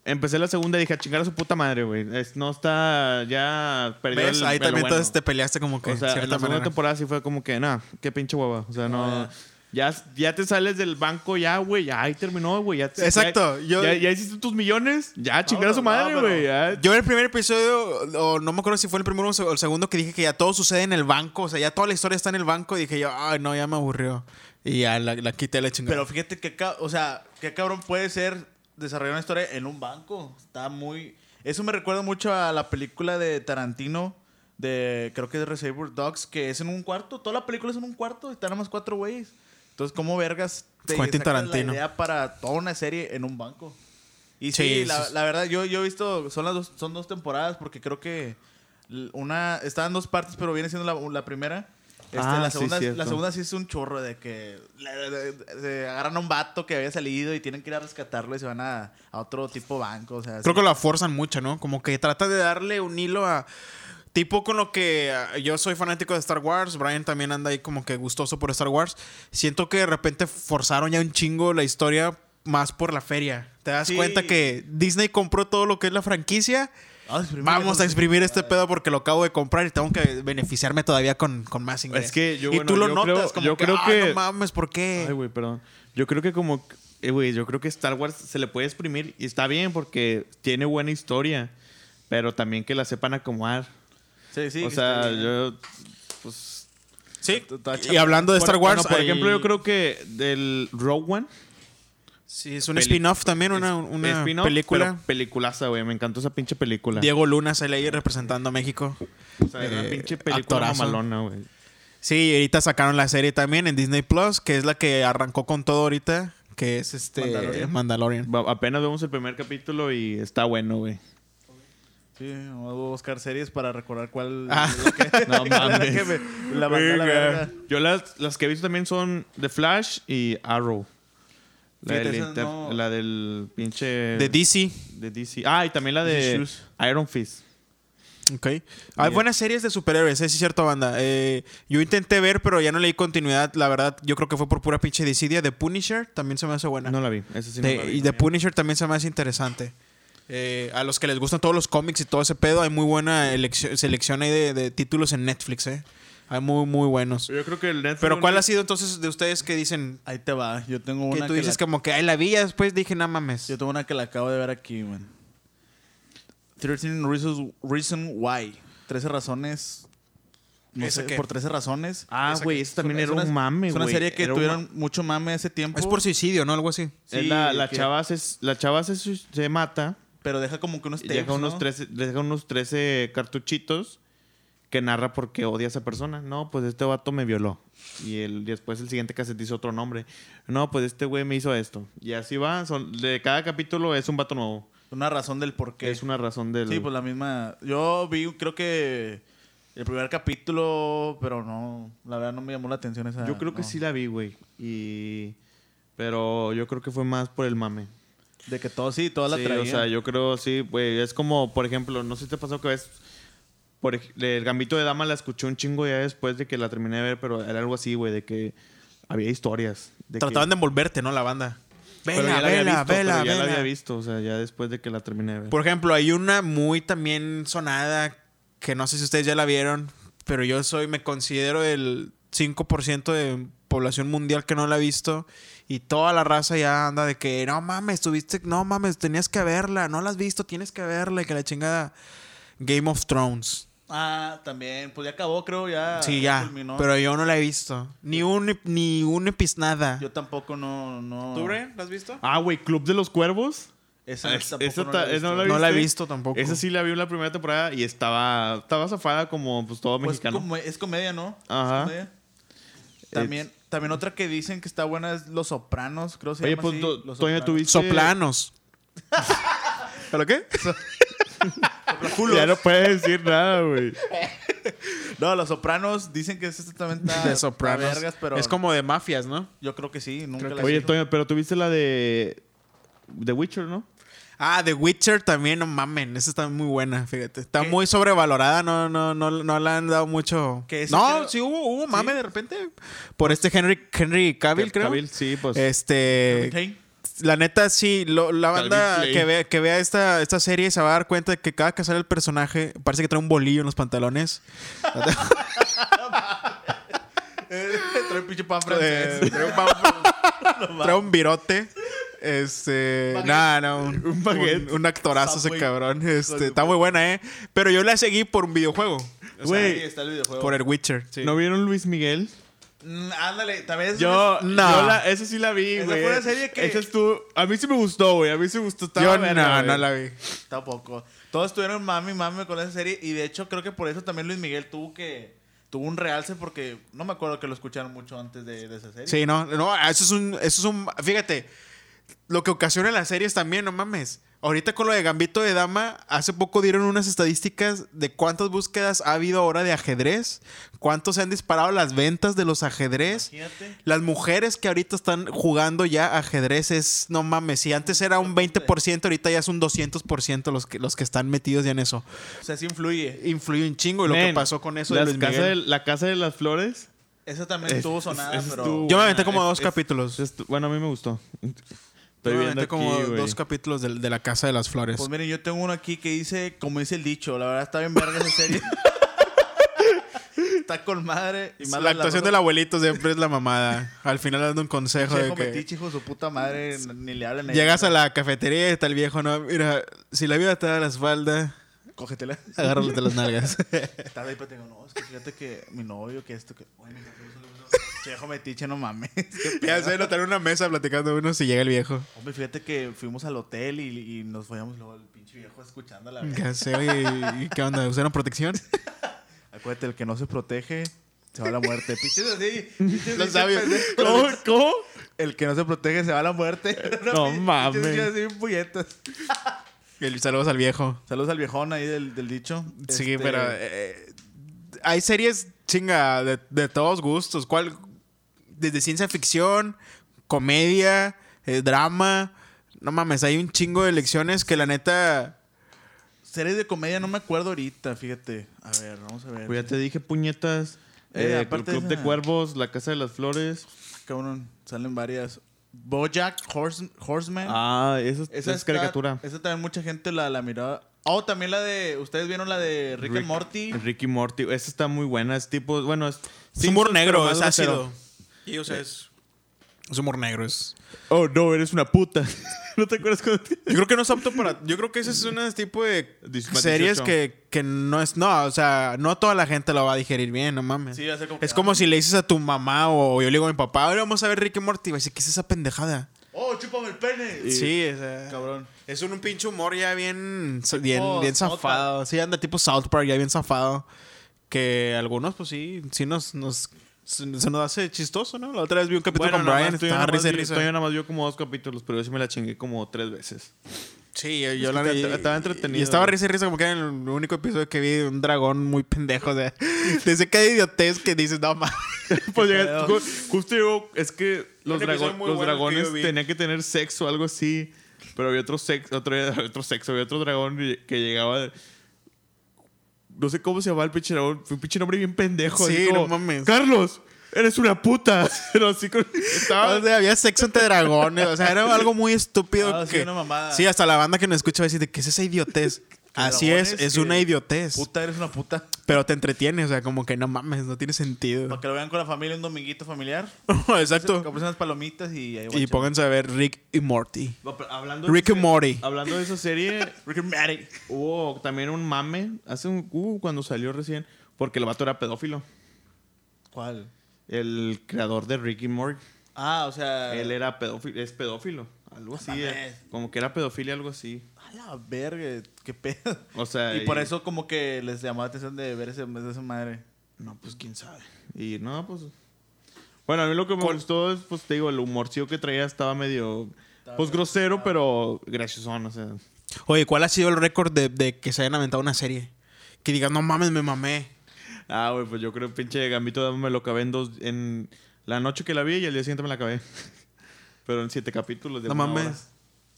Speaker 4: Empecé la segunda y dije, a chingar a su puta madre, güey. Es- No está ya perdido
Speaker 1: ¿Ves?
Speaker 4: el-
Speaker 1: Ahí
Speaker 4: el
Speaker 1: también
Speaker 4: bueno.
Speaker 1: entonces te peleaste como que
Speaker 4: O
Speaker 1: de
Speaker 4: sea, en la
Speaker 1: cierta
Speaker 4: segunda
Speaker 1: manera. Ah.
Speaker 4: temporada sí fue como que, nah, qué pinche hueva. O sea, no. Ya, ya te sales del banco, ya, güey. Ya ahí terminó, güey. Ya, te-
Speaker 1: Exacto,
Speaker 4: Ya,
Speaker 1: yo-
Speaker 4: ya, ya hiciste tus millones. Ya, chingar a su
Speaker 3: no,
Speaker 4: madre,
Speaker 3: pero-
Speaker 4: güey. ya.
Speaker 1: Yo en el primer episodio, o no me acuerdo si fue el primero o el segundo, que dije que ya todo sucede en el banco. O sea, ya toda la historia está en el banco. Y dije yo, ay, no, ya me aburrió. Y ya la, la quité la chingada.
Speaker 3: Pero fíjate que, ca- o sea, qué cabrón puede ser desarrollar una historia en un banco. Está muy. Eso me recuerda mucho a la película de Tarantino, de creo que es Reservoir Dogs, que es en un cuarto. Toda la película es en un cuarto y están nada más cuatro güeyes. Entonces, ¿cómo vergas te
Speaker 1: Quentin
Speaker 3: sacas
Speaker 1: Tarantino.
Speaker 3: la idea para toda una serie en un banco? Y sí,
Speaker 1: Sí, eso
Speaker 3: la,
Speaker 1: es-
Speaker 3: la verdad, yo, yo he visto, son las dos, son dos temporadas, porque creo que l- una, está en dos partes, pero viene siendo la, la primera. Este,
Speaker 4: Ah,
Speaker 3: la,
Speaker 4: sí,
Speaker 3: segunda, la
Speaker 4: cierto.
Speaker 3: segunda sí es un chorro de que le- le- le- se agarran a un vato que había salido y tienen que ir a rescatarlo y se van a, a otro tipo banco. O sea,
Speaker 1: Creo
Speaker 3: sí.
Speaker 1: que la forzan mucho, ¿no? Como que trata de darle un hilo a. Tipo con lo que ah, yo soy fanático de Star Wars, Brian también anda ahí como que gustoso por Star Wars. Siento que de repente forzaron ya un chingo la historia más por la feria. Te das
Speaker 3: Sí.
Speaker 1: cuenta que Disney compró todo lo que es la franquicia.
Speaker 3: Vamos a exprimir
Speaker 1: Vamos
Speaker 3: eso.
Speaker 1: a exprimir este pedo porque lo acabo de comprar y tengo que beneficiarme todavía con, con más ingresos.
Speaker 4: Es que yo,
Speaker 1: y
Speaker 4: bueno,
Speaker 1: tú lo
Speaker 4: yo
Speaker 1: notas
Speaker 4: creo-
Speaker 1: como
Speaker 4: yo
Speaker 1: que,
Speaker 4: creo
Speaker 1: "Ay,
Speaker 4: que-
Speaker 1: no mames, ¿por qué?
Speaker 4: Ay, güey, perdón. Yo creo que como... eh, güey, yo creo que Star Wars se le puede exprimir y está bien porque tiene buena historia, pero también que la sepan acomodar.
Speaker 3: Sí, sí,
Speaker 4: o
Speaker 3: que
Speaker 4: sea,
Speaker 3: está bien.
Speaker 4: yo...
Speaker 1: sí.
Speaker 3: Está
Speaker 1: Y hablando de
Speaker 4: Por-
Speaker 1: Star Wars,
Speaker 4: bueno, por
Speaker 1: ahí-
Speaker 4: ejemplo, yo creo que del Rogue One...
Speaker 1: sí, es un
Speaker 4: peli-
Speaker 1: spin-off también, una, una
Speaker 4: spin-off,
Speaker 1: película.
Speaker 4: pero peliculaza, güey. Me encantó esa pinche película.
Speaker 1: Diego Luna sale ahí representando a México.
Speaker 4: o sea, era
Speaker 1: eh,
Speaker 4: una pinche película
Speaker 1: actorazo.
Speaker 4: mamalona, güey.
Speaker 1: Sí, y ahorita sacaron la serie también en Disney Plus, que es la que arrancó con todo ahorita, que es este Mandalorian.
Speaker 3: Mandalorian.
Speaker 4: Va- Apenas vemos el primer capítulo y está bueno, güey.
Speaker 3: Sí, vamos a buscar series para recordar cuál.
Speaker 1: Ah.
Speaker 3: lo que-
Speaker 4: No mames.
Speaker 3: que me- la mandé a la
Speaker 1: Verga.
Speaker 3: verga.
Speaker 4: Yo las, las que he visto también son The Flash y Arrow. La,
Speaker 3: Fíjate,
Speaker 4: del,
Speaker 3: esas
Speaker 4: inter-
Speaker 3: no-
Speaker 4: la del pinche...
Speaker 1: De DC.
Speaker 4: de DC. Ah, y también la
Speaker 3: DC
Speaker 4: de
Speaker 3: Shoes.
Speaker 4: Iron Fist.
Speaker 1: Ok. Hay buenas series de superhéroes, ¿eh? sí es cierto, banda. Eh, yo intenté ver, pero ya no leí continuidad. La verdad, yo creo que fue por pura pinche disidia. The Punisher también se me hace buena.
Speaker 4: No la vi. Esa sí no
Speaker 1: De-
Speaker 4: la vi.
Speaker 1: y The Punisher también se me hace interesante. Eh, a los que les gustan todos los cómics y todo ese pedo, hay muy buena elección- selección ahí de, de títulos en Netflix, ¿eh? Hay muy, muy buenos.
Speaker 4: Yo creo que el Netflix...
Speaker 1: Pero ¿cuál ha sido entonces de ustedes que dicen
Speaker 3: Ahí te va. Yo tengo
Speaker 1: que
Speaker 3: una.
Speaker 1: tú
Speaker 3: que
Speaker 1: dices
Speaker 3: la,
Speaker 1: como que ay la vi ya después dije no mames?
Speaker 3: Yo tengo una que la acabo de ver aquí, man. 13 reasons, Reason Why. 13 razones. No
Speaker 1: ¿Esa
Speaker 3: sé,
Speaker 1: qué?
Speaker 3: por 13 razones.
Speaker 4: Ah,
Speaker 1: Esa
Speaker 4: güey,
Speaker 1: que-
Speaker 4: eso también
Speaker 3: Es
Speaker 4: era
Speaker 3: una-
Speaker 4: un mame, güey.
Speaker 3: Es una serie que
Speaker 4: Era un
Speaker 3: tuvieron
Speaker 4: ma-
Speaker 3: mucho mame hace tiempo.
Speaker 1: es por suicidio, ¿no? Algo así.
Speaker 4: es
Speaker 3: Sí,
Speaker 4: la, la
Speaker 3: que-
Speaker 4: chava se, la chava se, su- se mata
Speaker 3: Pero deja como que unos
Speaker 4: y
Speaker 3: tapes,
Speaker 4: deja unos,
Speaker 3: ¿no?
Speaker 4: 13, deja unos 13 cartuchitos que narra por qué odia a esa persona. No, pues este vato me violó. Y el, después el siguiente cassette dice otro nombre. No, pues este güey me hizo esto. Y así va. Son, de cada capítulo es un vato nuevo.
Speaker 3: Una razón del por qué.
Speaker 4: Es una razón del...
Speaker 3: Sí, pues la misma. Yo vi, creo que el primer capítulo, pero no, la verdad no me llamó la atención esa.
Speaker 4: Yo creo que
Speaker 3: Ah, no.
Speaker 4: sí la vi, güey. Y... Pero yo creo que fue más por el mame.
Speaker 3: De que todo sí, toda la
Speaker 4: Sí,
Speaker 3: traía.
Speaker 4: O sea, yo creo, sí, güey. Es como, por ejemplo, no sé si te pasó que ves. Por, ej- el Gambito de Dama la escuché un chingo ya después de que la terminé de ver, pero era algo así, güey, de que había historias. De
Speaker 1: Trataban
Speaker 4: que,
Speaker 1: de envolverte, ¿no? La banda.
Speaker 4: pero
Speaker 1: Vela,
Speaker 4: ya la había
Speaker 1: vela,
Speaker 4: visto,
Speaker 1: vela,
Speaker 4: pero ya la
Speaker 1: vela.
Speaker 4: había visto, o sea, ya después de que la terminé de ver.
Speaker 1: Por ejemplo, hay una muy también sonada que no sé si ustedes ya la vieron, pero yo soy, me considero el 5% de población mundial que no la ha visto y toda la raza ya anda de que no mames, tuviste, no mames, tenías que verla, no la has visto, tienes que verla y que la chingada Game of Thrones.
Speaker 3: Ah, también. Pues ya acabó, creo, ya.
Speaker 1: Sí, ya,
Speaker 3: culminó.
Speaker 1: pero yo no la he visto. Ni un, ep- ni un epis nada.
Speaker 3: Yo tampoco no. no
Speaker 1: ¿La has visto?
Speaker 4: ah, güey, Club de los Cuervos.
Speaker 3: Esa
Speaker 4: Ah, Es-
Speaker 3: tampoco
Speaker 4: esa
Speaker 3: no
Speaker 4: ta-
Speaker 3: la he
Speaker 4: esa
Speaker 3: visto.
Speaker 4: no la
Speaker 1: No la he
Speaker 4: viste?
Speaker 1: visto tampoco.
Speaker 4: Esa sí la vi en la primera temporada y estaba, estaba zafada como pues todo
Speaker 3: Pues
Speaker 4: mexicano.
Speaker 3: como- es comedia, ¿no?
Speaker 4: Ajá.
Speaker 3: Es comedia. También, también otra que dicen que está buena es Los Sopranos, creo que se
Speaker 4: Oye,
Speaker 3: llama
Speaker 4: pues
Speaker 3: así,
Speaker 4: to-
Speaker 3: Los
Speaker 4: Toño,
Speaker 3: Sopranos.
Speaker 4: tuviste.
Speaker 1: Soplanos.
Speaker 4: ¿Pero qué? ya no puedes decir nada, güey.
Speaker 3: No, Los Sopranos dicen que es exactamente
Speaker 1: De Sopranos.
Speaker 3: vergas, pero
Speaker 1: Es como de mafias, ¿no?
Speaker 3: yo creo que sí, nunca
Speaker 1: Creo
Speaker 3: la
Speaker 1: que
Speaker 4: Oye,
Speaker 3: vi.
Speaker 4: Toño, pero tuviste la de The Witcher, ¿no?
Speaker 1: Ah, The Witcher también, no mamen, esa está muy buena, fíjate. Está
Speaker 3: ¿Qué?
Speaker 1: muy sobrevalorada, no, no, no, no le han dado mucho.
Speaker 3: Que eso
Speaker 1: no,
Speaker 3: creo-
Speaker 1: sí hubo, hubo mame
Speaker 3: ¿Sí?
Speaker 1: de repente. Por este Henry, Henry Cavill, creo.
Speaker 4: Cavill, sí, pues.
Speaker 1: Este.
Speaker 3: Hey,
Speaker 1: La neta, sí, lo- la
Speaker 4: Calvin
Speaker 1: banda
Speaker 4: Klein.
Speaker 1: que vea, que vea esta, esta serie se va a dar cuenta de que cada que sale el personaje parece que trae un bolillo en los pantalones.
Speaker 3: Trae un pinche pan
Speaker 1: Eh,
Speaker 3: francés.
Speaker 1: trae, un pa- trae un virote. Este. Nada, no. Un,
Speaker 4: baguette.
Speaker 1: un- un actorazo
Speaker 3: Está
Speaker 1: ese
Speaker 3: muy-
Speaker 1: cabrón. Este,
Speaker 3: muy
Speaker 1: está muy buena, ¿eh? Pero yo la seguí por un videojuego.
Speaker 3: O sea,
Speaker 4: Güey.
Speaker 3: ahí está el videojuego.
Speaker 1: Por el Witcher. sí.
Speaker 4: ¿No vieron Luis Miguel?
Speaker 3: Mm, ándale, también es-
Speaker 4: Yo,
Speaker 1: No.
Speaker 4: yo la- esa sí la vi,
Speaker 3: Esa
Speaker 4: güey.
Speaker 3: fue una serie que-
Speaker 4: Esa estuvo- a mí sí me gustó, güey. A mí sí me gustó. Estaba
Speaker 1: Yo no,
Speaker 4: verga, güey.
Speaker 1: no la vi.
Speaker 3: Tampoco. Todos estuvieron mami, mami con esa serie. Y de hecho, creo que por eso también Luis Miguel tuvo que. Tuvo un realce porque no me acuerdo que lo escucharon mucho antes de, de esa serie.
Speaker 1: Sí, no, no, eso es un, eso es un, fíjate, lo que ocasiona las series también, no mames. Ahorita con lo de Gambito de Dama, hace poco dieron unas estadísticas de cuántas búsquedas ha habido ahora de ajedrez, cuánto se han disparado las ventas de los ajedrez.
Speaker 3: Imagínate.
Speaker 1: Las mujeres que ahorita están jugando ya ajedrez es, no mames, si antes era un 20%, ahorita ya es un 200% los que, los que están metidos ya en eso.
Speaker 3: O sea, sí influye.
Speaker 1: Influye un chingo y lo que
Speaker 4: Men,
Speaker 1: pasó con eso de
Speaker 4: las
Speaker 1: Luis
Speaker 4: casa
Speaker 1: Miguel.
Speaker 4: de- la Casa de las Flores.
Speaker 3: Esa también estuvo sonada,
Speaker 4: esa
Speaker 3: pero.
Speaker 4: estuvo-
Speaker 1: Yo me aventé como
Speaker 4: Es-
Speaker 1: dos
Speaker 4: es-
Speaker 1: capítulos.
Speaker 4: Esto- pues, bueno, a mí me gustó. Estoy
Speaker 1: Yo me
Speaker 4: viendo
Speaker 1: aventé
Speaker 4: aquí,
Speaker 1: como
Speaker 4: güey.
Speaker 1: dos capítulos del- de, la Casa de las Flores.
Speaker 3: Pues miren, yo tengo uno aquí que dice, como dice el dicho, la verdad está bien verga esa serie. está con madre. Y más
Speaker 1: la actuación del abuelito siempre es la mamada. Al final dando un consejo de
Speaker 3: Chejo
Speaker 1: que
Speaker 3: metiche, hijo de su puta madre, n- ni le hablen. a ella.
Speaker 1: llegas a la cafetería y está el viejo, no, mira, si la vida te da la espalda,
Speaker 3: Cógetela.
Speaker 1: agárrale de las nalgas.
Speaker 3: Estaba ahí, pero tengo, no, es que fíjate que mi novio, que esto, que... Bueno, Chejo metiche, no mames. Qué
Speaker 1: ya
Speaker 3: pedo.
Speaker 1: sé, no tener una mesa platicando uno si llega el viejo.
Speaker 3: Hombre, fíjate que fuimos al hotel y, y nos follamos luego el pinche viejo escuchando la...
Speaker 1: Ya sé, oye, ¿y qué onda? ¿Usaron protección?
Speaker 3: Acuérdate, el que no se protege, se va a la muerte. Pinches así. pinches-
Speaker 1: Los sabios.
Speaker 3: pinches pendejos.
Speaker 4: ¿Cómo? ¿Cómo?
Speaker 3: El que no se protege se va a la muerte.
Speaker 4: No
Speaker 3: Pinches
Speaker 4: mames.
Speaker 3: así, bien puñetas.
Speaker 1: El- saludos al viejo.
Speaker 3: Saludos al viejón ahí del, del dicho.
Speaker 1: Sí,
Speaker 3: Este,
Speaker 1: pero eh, hay series chinga de, de todos gustos. ¿Cuál? Desde ciencia ficción, comedia, eh, drama. No mames, hay un chingo de lecciones que la neta.
Speaker 3: Series de comedia no me acuerdo ahorita, fíjate. A ver, vamos a ver.
Speaker 4: Pues ya te dije, puñetas.
Speaker 3: Eh,
Speaker 4: eh,
Speaker 3: aparte
Speaker 4: Club
Speaker 3: de
Speaker 4: de
Speaker 3: esa-
Speaker 4: Cuervos, La Casa de las Flores.
Speaker 3: Ah, Cabrón, salen varias. Bojack Horse- Horseman.
Speaker 4: Ah, esa, esa es
Speaker 3: está-
Speaker 4: caricatura.
Speaker 3: Eh. Esa también mucha gente la, la miraba. Oh, también la de... ¿Ustedes vieron la de Rick, and Morty?
Speaker 4: Ricky Morty. Esa está muy buena. Es tipo, bueno, es.
Speaker 1: Es humor
Speaker 4: Simpsons, pero
Speaker 1: negro,
Speaker 4: más
Speaker 1: es
Speaker 4: grosero.
Speaker 1: ácido. Y o sea, es. Es humor negro, es.
Speaker 4: Oh, no, eres una puta. ¿No te acuerdas cuando te-
Speaker 1: Yo creo que no es apto para. Yo creo que ese es un tipo de
Speaker 4: Dis-
Speaker 1: series
Speaker 4: 18.
Speaker 1: que, que no es. No, o sea, no toda la gente lo va a digerir bien, no mames.
Speaker 3: Sí, va a ser como que, ah.
Speaker 1: es como si le dices a tu mamá o yo le digo a mi papá, ahora vamos a ver Ricky Morty. Va a decir, ¿qué es esa pendejada?
Speaker 3: Oh, chúpame el pene.
Speaker 1: Sí, o sea,
Speaker 3: Cabrón.
Speaker 1: Es un, un pinche humor ya bien, bien,
Speaker 3: Tipo
Speaker 1: bien
Speaker 3: South
Speaker 1: zafado. Sí, anda tipo South Park ya bien zafado. que algunos, pues sí, sí nos, nos se se nos hace chistoso, ¿no? La otra vez vi un capítulo
Speaker 4: Bueno,
Speaker 1: con
Speaker 4: nomás
Speaker 1: Brian,
Speaker 4: tú y
Speaker 1: estaba
Speaker 4: yo nomás
Speaker 1: risa y
Speaker 4: vi-
Speaker 1: risa.
Speaker 4: tú y yo nomás vio como dos capítulos, pero yo sí me la chingué como tres veces.
Speaker 1: Sí, yo, yo
Speaker 4: Es
Speaker 1: la
Speaker 4: que
Speaker 1: vi.
Speaker 4: estaba- estaba
Speaker 1: y-
Speaker 4: entretenido,
Speaker 1: Y estaba
Speaker 4: güey.
Speaker 1: risa y risa como que en el único episodio que vi un dragón muy pendejo. O sea, dice que hay idiotez que dices, no más.
Speaker 4: Pues
Speaker 3: Qué
Speaker 4: llega-
Speaker 3: pedo.
Speaker 4: ju- justo llegó, es que los,
Speaker 1: Un episodio
Speaker 4: drago-
Speaker 1: muy
Speaker 4: los
Speaker 1: bueno que
Speaker 4: dragones
Speaker 1: yo vi.
Speaker 4: tenían que tener sexo o algo así, pero había otro sexo, otro, otro sexo, había otro dragón y- que llegaba... de- No sé cómo se llamaba el pinche dragón, fue un pinche nombre bien pendejo.
Speaker 1: Sí,
Speaker 4: así
Speaker 1: no
Speaker 4: como,
Speaker 1: mames.
Speaker 4: ¡Carlos! ¡Eres una puta! Pero así con- estaba-
Speaker 1: O sea, había sexo entre dragones. O sea, era algo muy estúpido.
Speaker 3: Ah, sí,
Speaker 1: que,
Speaker 3: una mamada.
Speaker 1: Sí, hasta la banda que nos escucha va a decir, de, ¿qué es esa idiotez? Así es,
Speaker 3: dragones
Speaker 1: es
Speaker 3: que-
Speaker 1: una idiotez.
Speaker 3: Puta, eres una puta.
Speaker 1: Pero te entretiene, o sea, como que no mames, no tiene sentido.
Speaker 3: Para que lo vean con la familia un dominguito familiar.
Speaker 1: Exacto.
Speaker 3: Compren unas palomitas y ahí
Speaker 1: Y
Speaker 3: guachen.
Speaker 1: pónganse a ver Rick y Morty.
Speaker 4: No, pero hablando
Speaker 1: Rick
Speaker 4: de
Speaker 1: and Morty.
Speaker 4: Hablando de esa serie,
Speaker 3: Rick and Morty.
Speaker 4: hubo también un mame hace un, uh, cuando salió recién, porque el vato era pedófilo.
Speaker 3: ¿Cuál?
Speaker 4: El creador de Rick y Morty.
Speaker 3: Ah, o sea.
Speaker 4: Él era pedófilo, es pedófilo, algo así.
Speaker 3: mames.
Speaker 4: eh, Como que era pedofilia, algo así.
Speaker 3: A la verga, qué pedo.
Speaker 4: O sea,
Speaker 3: Y por eso, como que les llamó la atención de ver ese, de esa madre.
Speaker 4: No, pues quién sabe. Y no, pues. Bueno, a mí lo que me
Speaker 1: Con-
Speaker 4: gustó es, pues te digo, el humorcillo que traía estaba medio. Pues grosero, pero graciosón, o sea.
Speaker 1: Oye, ¿cuál ha sido el récord de, de que se hayan aventado una serie? Que digan, no mames, me mamé.
Speaker 4: Ah, güey, pues yo creo pinche Gambito me lo acabé en dos. En la noche que la vi y al día siguiente me la acabé. pero en siete capítulos de
Speaker 1: No
Speaker 4: una
Speaker 1: mames.
Speaker 4: hora.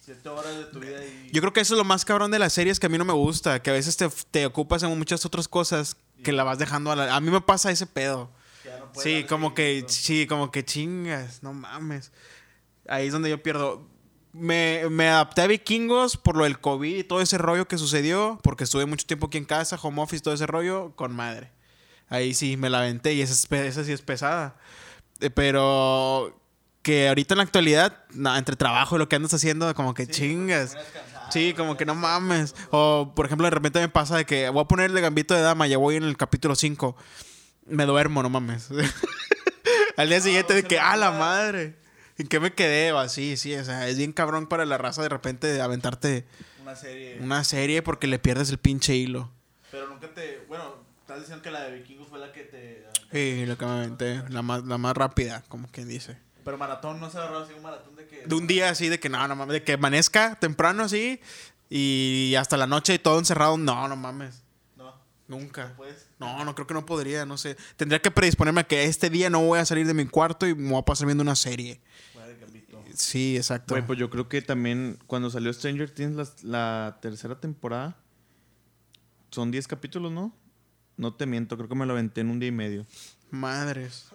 Speaker 3: Siete horas de tu vida y.
Speaker 1: Yo creo que eso es lo más cabrón de las series que a mí no me gusta, que a veces te, te ocupas en muchas otras cosas que la vas dejando a la... A mí me pasa ese pedo.
Speaker 3: ya no puedes
Speaker 1: Sí,
Speaker 3: darle
Speaker 1: como que,
Speaker 3: seguimiento.
Speaker 1: sí, como que chingas, no mames. Ahí es donde yo pierdo. Me, me adapté a Vikingos por lo del COVID y todo ese rollo que sucedió, porque estuve mucho tiempo aquí en casa, home office, todo ese rollo, con madre. Ahí sí, me la aventé y esa, es pe- esa sí es pesada. Eh, Pero que ahorita en la actualidad, na- entre trabajo y lo que andas haciendo, como que chingas. Sí, como que no mames. O, por ejemplo, de repente me pasa de que voy a poner el de Gambito de Dama, ya voy en el capítulo 5. Me duermo, no mames. Al día siguiente de que, ah, la madre. ¿En qué me quedé? O así, sí. O sea, es bien cabrón para la raza de repente de aventarte
Speaker 3: Una serie.
Speaker 1: una serie porque le pierdes el pinche hilo.
Speaker 3: Pero nunca te. Bueno, estás diciendo que la de Vikingos fue la que te.
Speaker 1: Sí, lo que me aventé. La más, la más rápida, como quien dice.
Speaker 3: Pero maratón no se agarró así un maratón de que.
Speaker 1: De un día así, de que no, no mames. De que amanezca temprano así y hasta la noche y todo encerrado. No, no mames.
Speaker 3: No,
Speaker 1: Nunca.
Speaker 3: pues.
Speaker 1: No, no creo que no podría, no sé. Tendría que predisponerme a que este día no voy a salir de mi cuarto y me voy a pasar viendo una serie.
Speaker 3: Fuera de Gambito.
Speaker 1: Sí, exacto.
Speaker 4: Güey, pues yo creo que también cuando salió Stranger Things la, la tercera temporada, son 10 capítulos, ¿no? No te miento, creo que me lo aventé en un día y medio.
Speaker 1: Madres.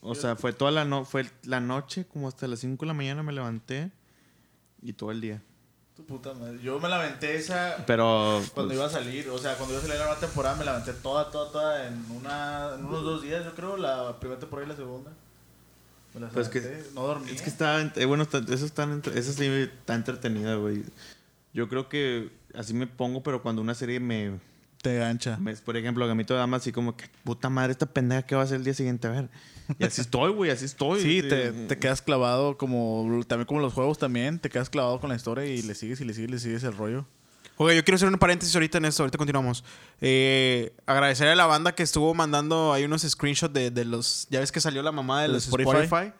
Speaker 4: O sea, fue toda la, no, fue la noche, como hasta las 5 de la mañana me levanté y todo el día.
Speaker 3: Tu puta madre. Yo me la aventé esa.
Speaker 4: Pero...
Speaker 3: Cuando
Speaker 4: pues,
Speaker 3: iba a salir, o sea, cuando iba a salir la nueva temporada, me la aventé toda, toda, toda en, una, en unos dos días, yo creo, la primera temporada y la segunda. Me las
Speaker 4: Pues que-
Speaker 3: aventé, no dormí.
Speaker 4: Es que está... ent- eh, Bueno, está- eso, está, entre- eso sí está entretenida, güey. Yo creo que así me pongo, pero cuando una serie me...
Speaker 3: te gancha.
Speaker 4: me- por ejemplo, Gamito de Dama, así como que puta madre, esta pendeja que va a ser el día siguiente, a ver. Y así estoy, güey, así estoy.
Speaker 3: Sí,
Speaker 4: Sí.
Speaker 3: te, te quedas clavado como también como los juegos también, te quedas clavado con la historia y le sigues y le sigues y le sigues el rollo.
Speaker 1: Oye, yo quiero hacer un paréntesis ahorita en esto, ahorita continuamos. Eh, agradecer a la banda que estuvo mandando ahí unos screenshots de, de los. Ya ves que salió la mamá de
Speaker 3: ¿De
Speaker 1: los
Speaker 3: Spotify?
Speaker 1: Spotify.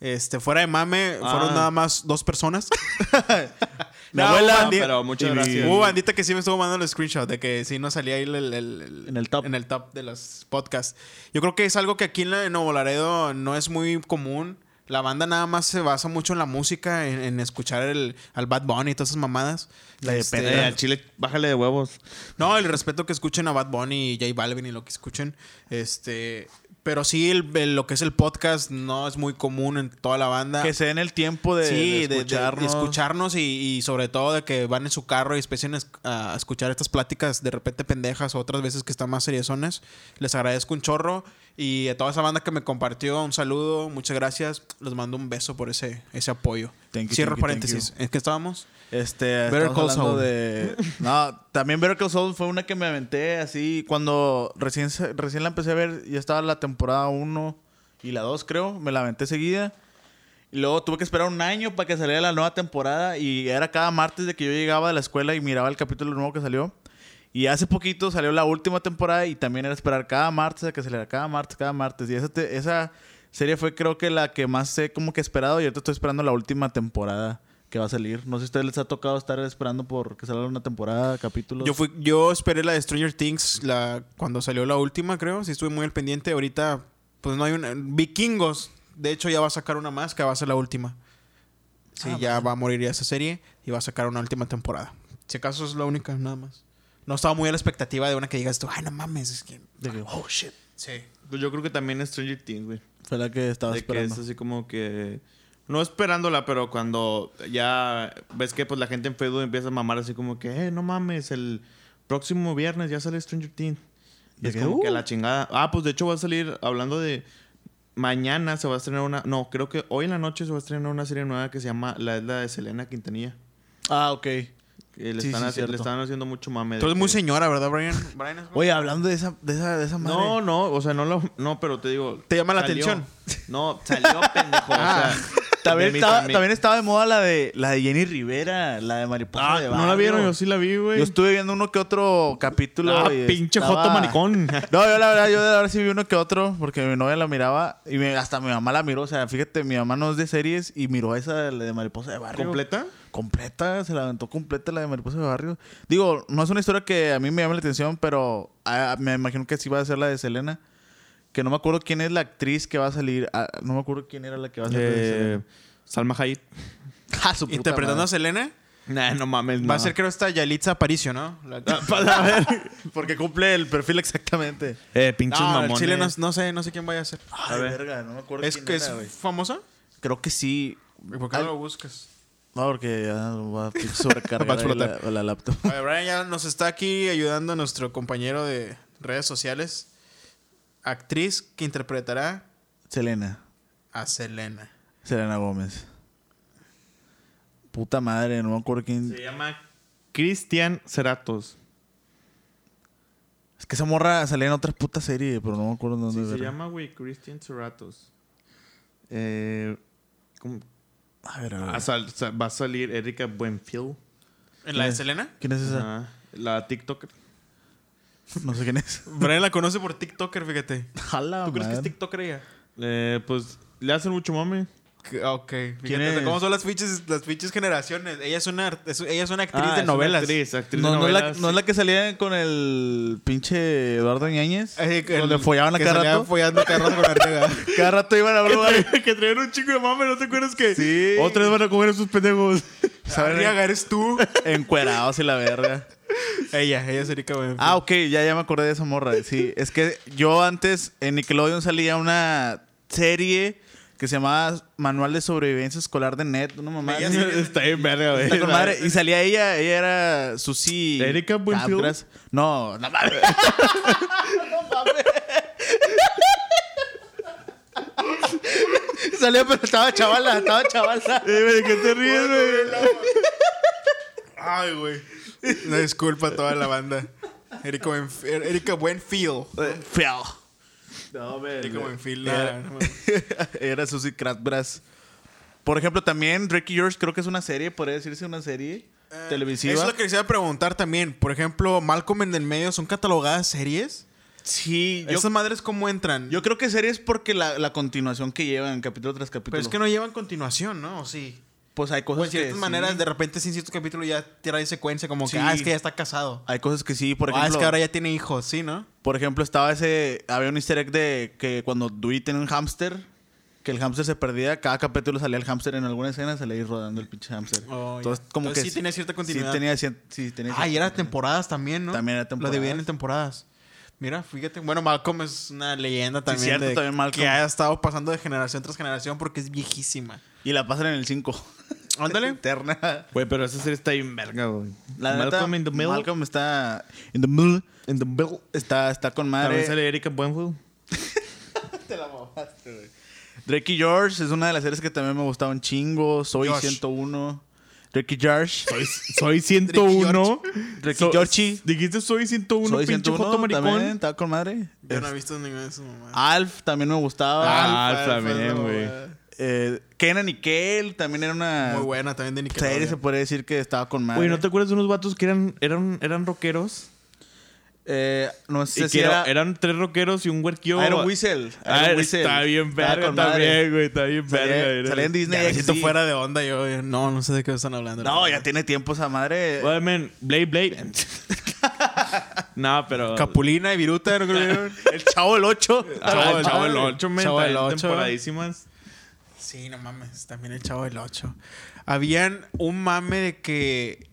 Speaker 1: Este, fuera de mame,
Speaker 4: Ah.
Speaker 1: fueron nada más dos personas.
Speaker 4: No,
Speaker 1: No, hubo
Speaker 4: abuela,
Speaker 1: bandi-
Speaker 4: pero muchas
Speaker 3: y-
Speaker 4: gracias.
Speaker 1: Hubo bandita que sí me estuvo mandando el screenshot de que sí no salía ahí el, el- el-
Speaker 3: En el top.
Speaker 1: En el top de los podcasts. Yo creo que es algo que aquí en, la, en Nuevo Laredo no es muy común. La banda nada más se basa mucho en la música, en, en escuchar el, al Bad Bunny y todas esas mamadas.
Speaker 3: La de
Speaker 1: Este,
Speaker 4: Eh, al chile, bájale de huevos.
Speaker 1: no, el respeto que escuchen a Bad Bunny y J Balvin y lo que escuchen. Este. Pero sí, el- el- lo que es el podcast no es muy común en toda la banda.
Speaker 3: Que se den el tiempo de,
Speaker 1: Ah. Sí,
Speaker 3: de
Speaker 1: de- de- de
Speaker 3: escucharnos.
Speaker 1: escucharnos y, y sobre todo de que van en su carro y empiecen a esc- a escuchar estas pláticas de repente pendejas o otras veces que están más seriosones. Les agradezco un chorro y a toda esa banda que me compartió un saludo, muchas gracias. Les mando un beso por ese, ese apoyo.
Speaker 3: Thank you,
Speaker 1: Cierro
Speaker 3: thank you, thank
Speaker 1: paréntesis. ¿En qué estábamos?
Speaker 3: Este,
Speaker 1: Better
Speaker 3: estamos
Speaker 1: Call
Speaker 3: hablando
Speaker 1: Saul.
Speaker 3: de No, también Better Call Saul fue una que me aventé así cuando recién se- recién la empecé a ver, ya estaba la temporada 1 y la 2, creo, me la aventé seguida. Y luego tuve que esperar un año para que saliera la nueva temporada y era cada martes de que yo llegaba de la escuela y miraba el capítulo nuevo que salió. Y hace poquito salió la última temporada y también era esperar cada martes a que saliera, cada martes, cada martes. Y esa, te- esa serie fue creo que la que más sé como que esperado y ahorita estoy esperando la última temporada que va a salir. No sé si a ustedes les ha tocado estar esperando por que salga una temporada, capítulos.
Speaker 1: Yo, fui, yo esperé la de Stranger Things la, cuando salió la última, creo. Sí, estuve muy al pendiente. Ahorita, pues no hay una. Vikingos, de hecho, ya va a sacar una más que va a ser la última. Sí, ya va a morir ya esa serie y va a sacar una última temporada. Si acaso es la única, nada más. No estaba muy a la expectativa de una que digas tú, ay, no mames, es que.
Speaker 3: De que,
Speaker 1: Oh shit. Sí.
Speaker 4: Yo creo que también es Stranger Things, güey.
Speaker 3: Fue la que estaba
Speaker 4: De que
Speaker 3: esperando.
Speaker 4: es así como que. No esperándola, pero cuando ya ves que pues la gente en Facebook empieza a mamar así como que, eh, no mames, el próximo viernes ya sale Stranger Things. Y
Speaker 3: De
Speaker 4: es
Speaker 3: que,
Speaker 4: como que
Speaker 3: "Uh".
Speaker 4: la chingada. Ah, pues de hecho va a salir hablando de. Mañana se va a estrenar una. No, creo que hoy en la noche se va a estrenar una serie nueva que se llama La Isla de Selena Quintanilla.
Speaker 3: Ah, ok.
Speaker 4: Que le,
Speaker 3: Sí,
Speaker 4: están
Speaker 3: sí,
Speaker 4: haciendo, le
Speaker 3: cierto.
Speaker 4: están haciendo mucho mame. de
Speaker 1: Tú eres muy
Speaker 4: que-
Speaker 1: señora, ¿verdad, Brian? Brian es-
Speaker 3: Oye, hablando de esa, de esa, de esa madre.
Speaker 4: No, no, o sea, no, lo, no, pero te digo.
Speaker 1: ¿Te llama la atención?
Speaker 4: No, salió pendejo. o sea,
Speaker 3: También,
Speaker 4: de mí,
Speaker 3: estaba,
Speaker 4: de mí.
Speaker 3: también estaba de moda la de la de Jenny Rivera, la de Mariposa
Speaker 4: Ah,
Speaker 3: de
Speaker 4: no la
Speaker 3: Barrio.
Speaker 4: vieron, yo sí la vi, güey.
Speaker 3: Yo estuve viendo uno que otro capítulo.
Speaker 4: Ah,
Speaker 3: y
Speaker 4: pinche
Speaker 3: estaba-
Speaker 4: joto maricón.
Speaker 3: No, yo la verdad, yo la verdad sí vi uno que otro, porque mi novia la miraba y me- hasta mi mamá la miró. O sea, fíjate, mi mamá no es de series y miró esa de, la de Mariposa de Barrio.
Speaker 4: ¿Completa?
Speaker 3: Completa, se la aventó completa la de Mariposa de Barrio. Digo, no es una historia que a mí me llama la atención, pero ah, me imagino que sí va a ser la de Selena. Que no me acuerdo quién es la actriz que va a salir. ah, no me acuerdo quién era la que va a salir. de
Speaker 4: Eh,
Speaker 3: Selena.
Speaker 4: Salma Hayek.
Speaker 3: Ja, su puta
Speaker 1: Interpretando
Speaker 3: madre.
Speaker 1: a Selena,
Speaker 4: Nah, no mames,
Speaker 1: va a ser, creo, esta Yalitza Aparicio, ¿no? La-
Speaker 3: Para ver, porque cumple el perfil exactamente.
Speaker 4: Eh, pinches
Speaker 1: No, el
Speaker 4: mamones.
Speaker 1: Chile no, no sé, no sé quién vaya a ser.
Speaker 3: A ver. verga, no me acuerdo
Speaker 1: ¿Es
Speaker 3: quién
Speaker 1: que
Speaker 3: era,
Speaker 1: es
Speaker 3: güey.
Speaker 1: famosa?
Speaker 3: Creo que sí.
Speaker 1: ¿Por qué
Speaker 3: Ay.
Speaker 1: no lo buscas?
Speaker 3: No, porque ya va a sobrecargar
Speaker 1: Va a
Speaker 3: ahí la,
Speaker 1: explotar.
Speaker 3: la laptop.
Speaker 1: A ver, Brian ya nos está aquí ayudando nuestro compañero de redes sociales. Actriz que interpretará
Speaker 3: Selena.
Speaker 1: a Selena.
Speaker 3: Selena Gómez. Puta madre, no me acuerdo quién.
Speaker 4: Se llama Cristian Ceratos.
Speaker 3: Es que esa morra salía en otra puta serie, pero no me acuerdo dónde.
Speaker 4: Sí, se
Speaker 3: verga.
Speaker 4: llama, güey, Cristian Ceratos. Eh, ¿cómo?
Speaker 3: A ver, a ver.
Speaker 4: Ah, sal- sal- va a salir Erika Buenfield.
Speaker 1: ¿En la de
Speaker 3: Sí.
Speaker 1: Selena?
Speaker 3: ¿Quién es esa?
Speaker 4: Ah, la TikToker.
Speaker 3: No sé quién es.
Speaker 1: Brian la conoce por TikToker, fíjate.
Speaker 3: Jala,
Speaker 1: ¿Tú crees que es
Speaker 3: Ah, madre.
Speaker 1: TikToker ella?
Speaker 4: Eh, pues le hacen mucho mame.
Speaker 1: Que- Ok.
Speaker 3: ¿Quién
Speaker 1: Fíjate
Speaker 3: es?
Speaker 1: cómo son las pinches, las pinches generaciones. Ella es una, art- es- ella es una actriz
Speaker 4: Ah,
Speaker 1: de
Speaker 4: es una
Speaker 1: novelas.
Speaker 4: Actriz, actriz
Speaker 3: No,
Speaker 4: de
Speaker 3: no es
Speaker 4: novelas.
Speaker 3: la, no es la que salía con el pinche Eduardo Ñañez.
Speaker 1: Eh, que-
Speaker 3: donde follaban a
Speaker 1: que
Speaker 3: cada
Speaker 1: salía
Speaker 3: rato.
Speaker 1: follando cada rato con Ortega.
Speaker 3: Cada rato iban a hablar.
Speaker 4: que traían un chico de mame, ¿no te acuerdas que?
Speaker 3: Sí.
Speaker 4: Otra vez van a coger a sus pendejos.
Speaker 1: Arriaga, eres tú.
Speaker 3: eh, Encuerados y la verga.
Speaker 1: ella, ella es Erika Buenfil.
Speaker 3: Ah, ok, ya, ya me acordé de esa morra. Sí, es que yo antes en Nickelodeon salía una serie que se llamaba Manual de Sobrevivencia Escolar de Net. Una mamá.
Speaker 1: Veías
Speaker 3: así.
Speaker 1: el-
Speaker 4: Está bien verga, güey.
Speaker 3: Está con madre. Y salía ella, ella era Susi.
Speaker 4: ¿Erika Buenfield?
Speaker 3: Capgras. No, no mames. Salía, pero estaba chavala, estaba chavala.
Speaker 4: ¿De qué te ríes, güey?
Speaker 1: Ay, güey. Una disculpa a toda la banda. Erika, Buenf- Er- Erika Buenfield.
Speaker 3: Feo. No,
Speaker 1: Erika Buenfield.
Speaker 3: Era-
Speaker 1: la-
Speaker 3: Era Susie Kratbras. Por ejemplo, también Drake y George creo que es una serie, podría decirse una serie televisiva.
Speaker 1: Eh, Eso es lo que quisiera preguntar también. Por ejemplo, Malcolm en el medio, ¿son catalogadas series?
Speaker 3: Sí, yo,
Speaker 1: ¿Esas madres cómo entran?
Speaker 3: yo creo que series porque la, la continuación que llevan capítulo tras capítulo.
Speaker 1: Pero Pues es que no llevan continuación, ¿no? ¿O sí?
Speaker 3: Pues hay cosas
Speaker 1: Pues de
Speaker 3: que
Speaker 1: ciertas
Speaker 3: sí.
Speaker 1: maneras, de repente, sin cierto capítulo ya trae secuencia, como
Speaker 3: Sí.
Speaker 1: que, ah, es que ya está casado.
Speaker 3: Hay cosas que sí, por
Speaker 1: ah,
Speaker 3: ejemplo.
Speaker 1: es que ahora ya tiene hijos, ¿sí, no?
Speaker 3: Por ejemplo, estaba ese. Había un easter egg de que cuando Dewey tenía un hámster, que el hámster se perdía, cada capítulo salía el hámster en alguna escena, salía ahí rodando el pinche hámster.
Speaker 1: Oh, ya.
Speaker 3: Entonces, como
Speaker 1: Entonces
Speaker 3: que
Speaker 1: sí tenía cierta continuidad.
Speaker 3: Sí, tenía, cien- sí, tenía
Speaker 1: Ah, y
Speaker 3: cierta
Speaker 1: era temporadas también, ¿no?
Speaker 3: También era
Speaker 1: Lo
Speaker 3: temporadas.
Speaker 1: dividían en temporadas. Mira, fíjate. Bueno, Malcolm es una leyenda también.
Speaker 3: cierto,
Speaker 1: de-
Speaker 3: también Malcolm.
Speaker 1: Que ha estado pasando de generación tras generación porque es viejísima.
Speaker 3: Y la pasan en el 5.
Speaker 1: Ándale.
Speaker 3: Interna.
Speaker 4: Güey, pero esa serie está bien verga, güey.
Speaker 3: La
Speaker 4: Malcolm
Speaker 3: neta,
Speaker 4: in the Middle.
Speaker 3: Malcolm está. In the middle.
Speaker 4: in the Middle.
Speaker 3: Está, está con
Speaker 4: También
Speaker 3: madre.
Speaker 4: sale Erika Buenfield.
Speaker 3: Drake y George es una de las series que también me gustaba un chingo. Soy
Speaker 1: George.
Speaker 3: 101. Drake y George. Soy,
Speaker 4: Soy 101.
Speaker 3: Ricky
Speaker 4: So-
Speaker 3: Giorgi.
Speaker 4: Dijiste soy 101, pinche joto
Speaker 3: 101 también.
Speaker 4: maricón.
Speaker 3: Estaba con madre.
Speaker 1: Yo no he
Speaker 3: Es-
Speaker 1: visto ninguna de sus mamás.
Speaker 3: Alf también me gustaba.
Speaker 4: Ah,
Speaker 1: Alfa,
Speaker 4: también,
Speaker 1: Alfa,
Speaker 4: güey.
Speaker 1: no,
Speaker 3: Eh, Kenan y Kel también era una
Speaker 1: Muy buena también de
Speaker 3: serie, se
Speaker 1: Nickelodeon.
Speaker 3: podría decir que estaba con madre.
Speaker 4: Güey, ¿no te acuerdas de unos vatos que eran, eran, eran rockeros?
Speaker 3: Eh, no
Speaker 4: Y
Speaker 3: sé
Speaker 4: que
Speaker 3: si
Speaker 4: era-
Speaker 3: era
Speaker 4: eran tres rockeros y un huerquillo.
Speaker 3: Iron Whistle.
Speaker 4: Ah,
Speaker 3: Iron Whistle.
Speaker 4: está bien
Speaker 3: Estaba
Speaker 4: verga
Speaker 3: con madre.
Speaker 4: también, güey. Está bien
Speaker 3: Salía-
Speaker 4: verga. era.
Speaker 3: salía en Disney.
Speaker 1: Ya me siento
Speaker 3: XD.
Speaker 1: fuera de onda yo. yo, No, no sé de qué están hablando. la
Speaker 3: No,
Speaker 1: verdad.
Speaker 3: ya tiene tiempo esa madre.
Speaker 4: Well, man, Blade Blade. no, pero.
Speaker 1: Capulina y Viruta. ¿no creo que- el Chavo del 8.
Speaker 4: Ah, el Chavo del 8, men.
Speaker 1: Chavo del
Speaker 4: también
Speaker 1: 8.
Speaker 4: Temporadísimas.
Speaker 1: Sí, no mames. También el Chavo del 8. Habían un mame de que.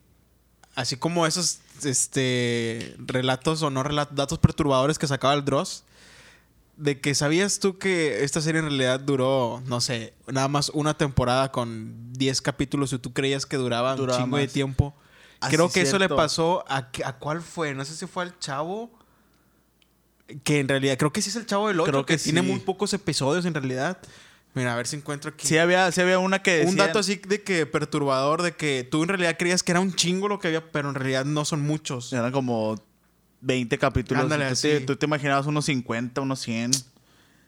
Speaker 1: Así como esos este, relatos o no relatos, datos perturbadores que sacaba el Dross. De que sabías tú que esta serie en realidad duró, no sé, nada más una temporada con 10 capítulos y tú creías que duraba,
Speaker 3: Duraba
Speaker 1: un chingo de
Speaker 3: más.
Speaker 1: tiempo.
Speaker 3: Ah,
Speaker 1: Creo
Speaker 3: sí,
Speaker 1: que eso le
Speaker 3: cierto.
Speaker 1: pasó a, que- a cuál fue, no sé si fue al chavo. Que en realidad, creo que sí es el chavo del otro,
Speaker 3: Creo
Speaker 1: que,
Speaker 3: que
Speaker 1: tiene
Speaker 3: sí.
Speaker 1: muy pocos episodios en realidad. Mira, a ver si encuentro aquí.
Speaker 3: Sí había, sí había una que
Speaker 1: un
Speaker 3: decían-
Speaker 1: dato así de que perturbador, de que tú en realidad creías que era un chingo lo que había, pero en realidad no son muchos.
Speaker 3: Eran como 20 capítulos.
Speaker 1: Ándale,
Speaker 3: tú, te,
Speaker 1: así.
Speaker 3: tú te imaginabas unos 50, unos 100.
Speaker 1: Ahí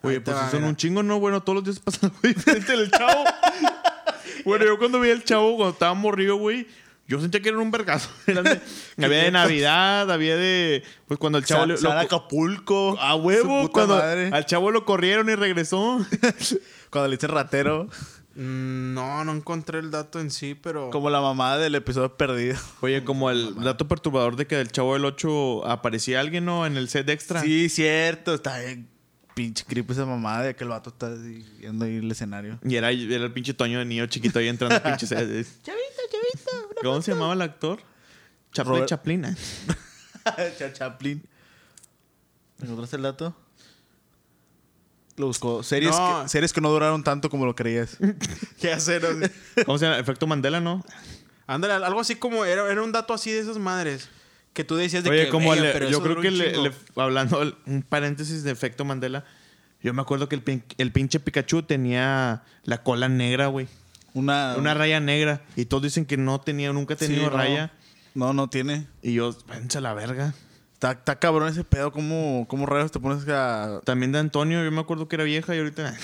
Speaker 4: Oye,
Speaker 1: te
Speaker 4: pues
Speaker 1: va,
Speaker 4: si son
Speaker 1: mira.
Speaker 4: un chingo, ¿no? Bueno, todos los días pasan algo diferente del chavo. bueno, yo cuando vi el chavo, cuando estaba morrido, güey, yo sentía que era un vergazo. Eran de- había de Navidad, había de. Pues cuando el chavo.
Speaker 3: Sa-
Speaker 4: le-
Speaker 3: Sara
Speaker 4: co-
Speaker 3: Acapulco.
Speaker 4: a
Speaker 3: su
Speaker 4: huevo,
Speaker 3: puta
Speaker 4: cuando
Speaker 3: madre.
Speaker 4: al chavo lo corrieron y regresó.
Speaker 3: Cuando le hice ratero.
Speaker 1: Mm, No, no encontré el dato en sí, pero.
Speaker 3: Como la mamá del episodio perdido.
Speaker 4: Oye, como el dato perturbador de que del chavo del 8 aparecía alguien, ¿no? En el set extra.
Speaker 3: Sí, cierto. Está bien pinche creepy esa mamá de que el vato está así viendo ahí el escenario.
Speaker 4: Y era, era el pinche Toño de niño chiquito ahí entrando, pinche. Chavito, chavito. ¿Cómo se llamaba el actor? Chaplin,
Speaker 3: Robert-
Speaker 4: Chaplin. ¿eh?
Speaker 3: Cha- Chaplin. ¿Encontraste el dato? Lo buscó. Series,
Speaker 1: No.
Speaker 3: que, series que no duraron tanto como lo creías.
Speaker 1: ¿Qué hacer?
Speaker 4: ¿Cómo se llama? Efecto Mandela, ¿no?
Speaker 1: Ándale, algo así como. Era, era un dato así de esas madres. Que tú decías de
Speaker 4: Oye,
Speaker 1: que.
Speaker 4: como
Speaker 1: "Verga,
Speaker 4: le-
Speaker 1: pero
Speaker 4: yo
Speaker 1: eso
Speaker 4: creo
Speaker 1: duró
Speaker 4: que
Speaker 1: un
Speaker 4: le-
Speaker 1: chingo".
Speaker 4: le- hablando el- un paréntesis de efecto Mandela, yo me acuerdo que el, pin- el pinche Pikachu tenía la cola negra, güey.
Speaker 1: Ah.
Speaker 3: Una,
Speaker 4: Una raya negra. Y todos dicen que no tenía, nunca ha
Speaker 3: Sí,
Speaker 4: tenido
Speaker 3: no.
Speaker 4: raya.
Speaker 3: No, no tiene.
Speaker 4: Y yo, váyanse a la verga.
Speaker 3: Está, está cabrón ese pedo. ¿Cómo, cómo rayos te pones a.
Speaker 4: También de Antonio, yo me acuerdo que era vieja y ahorita.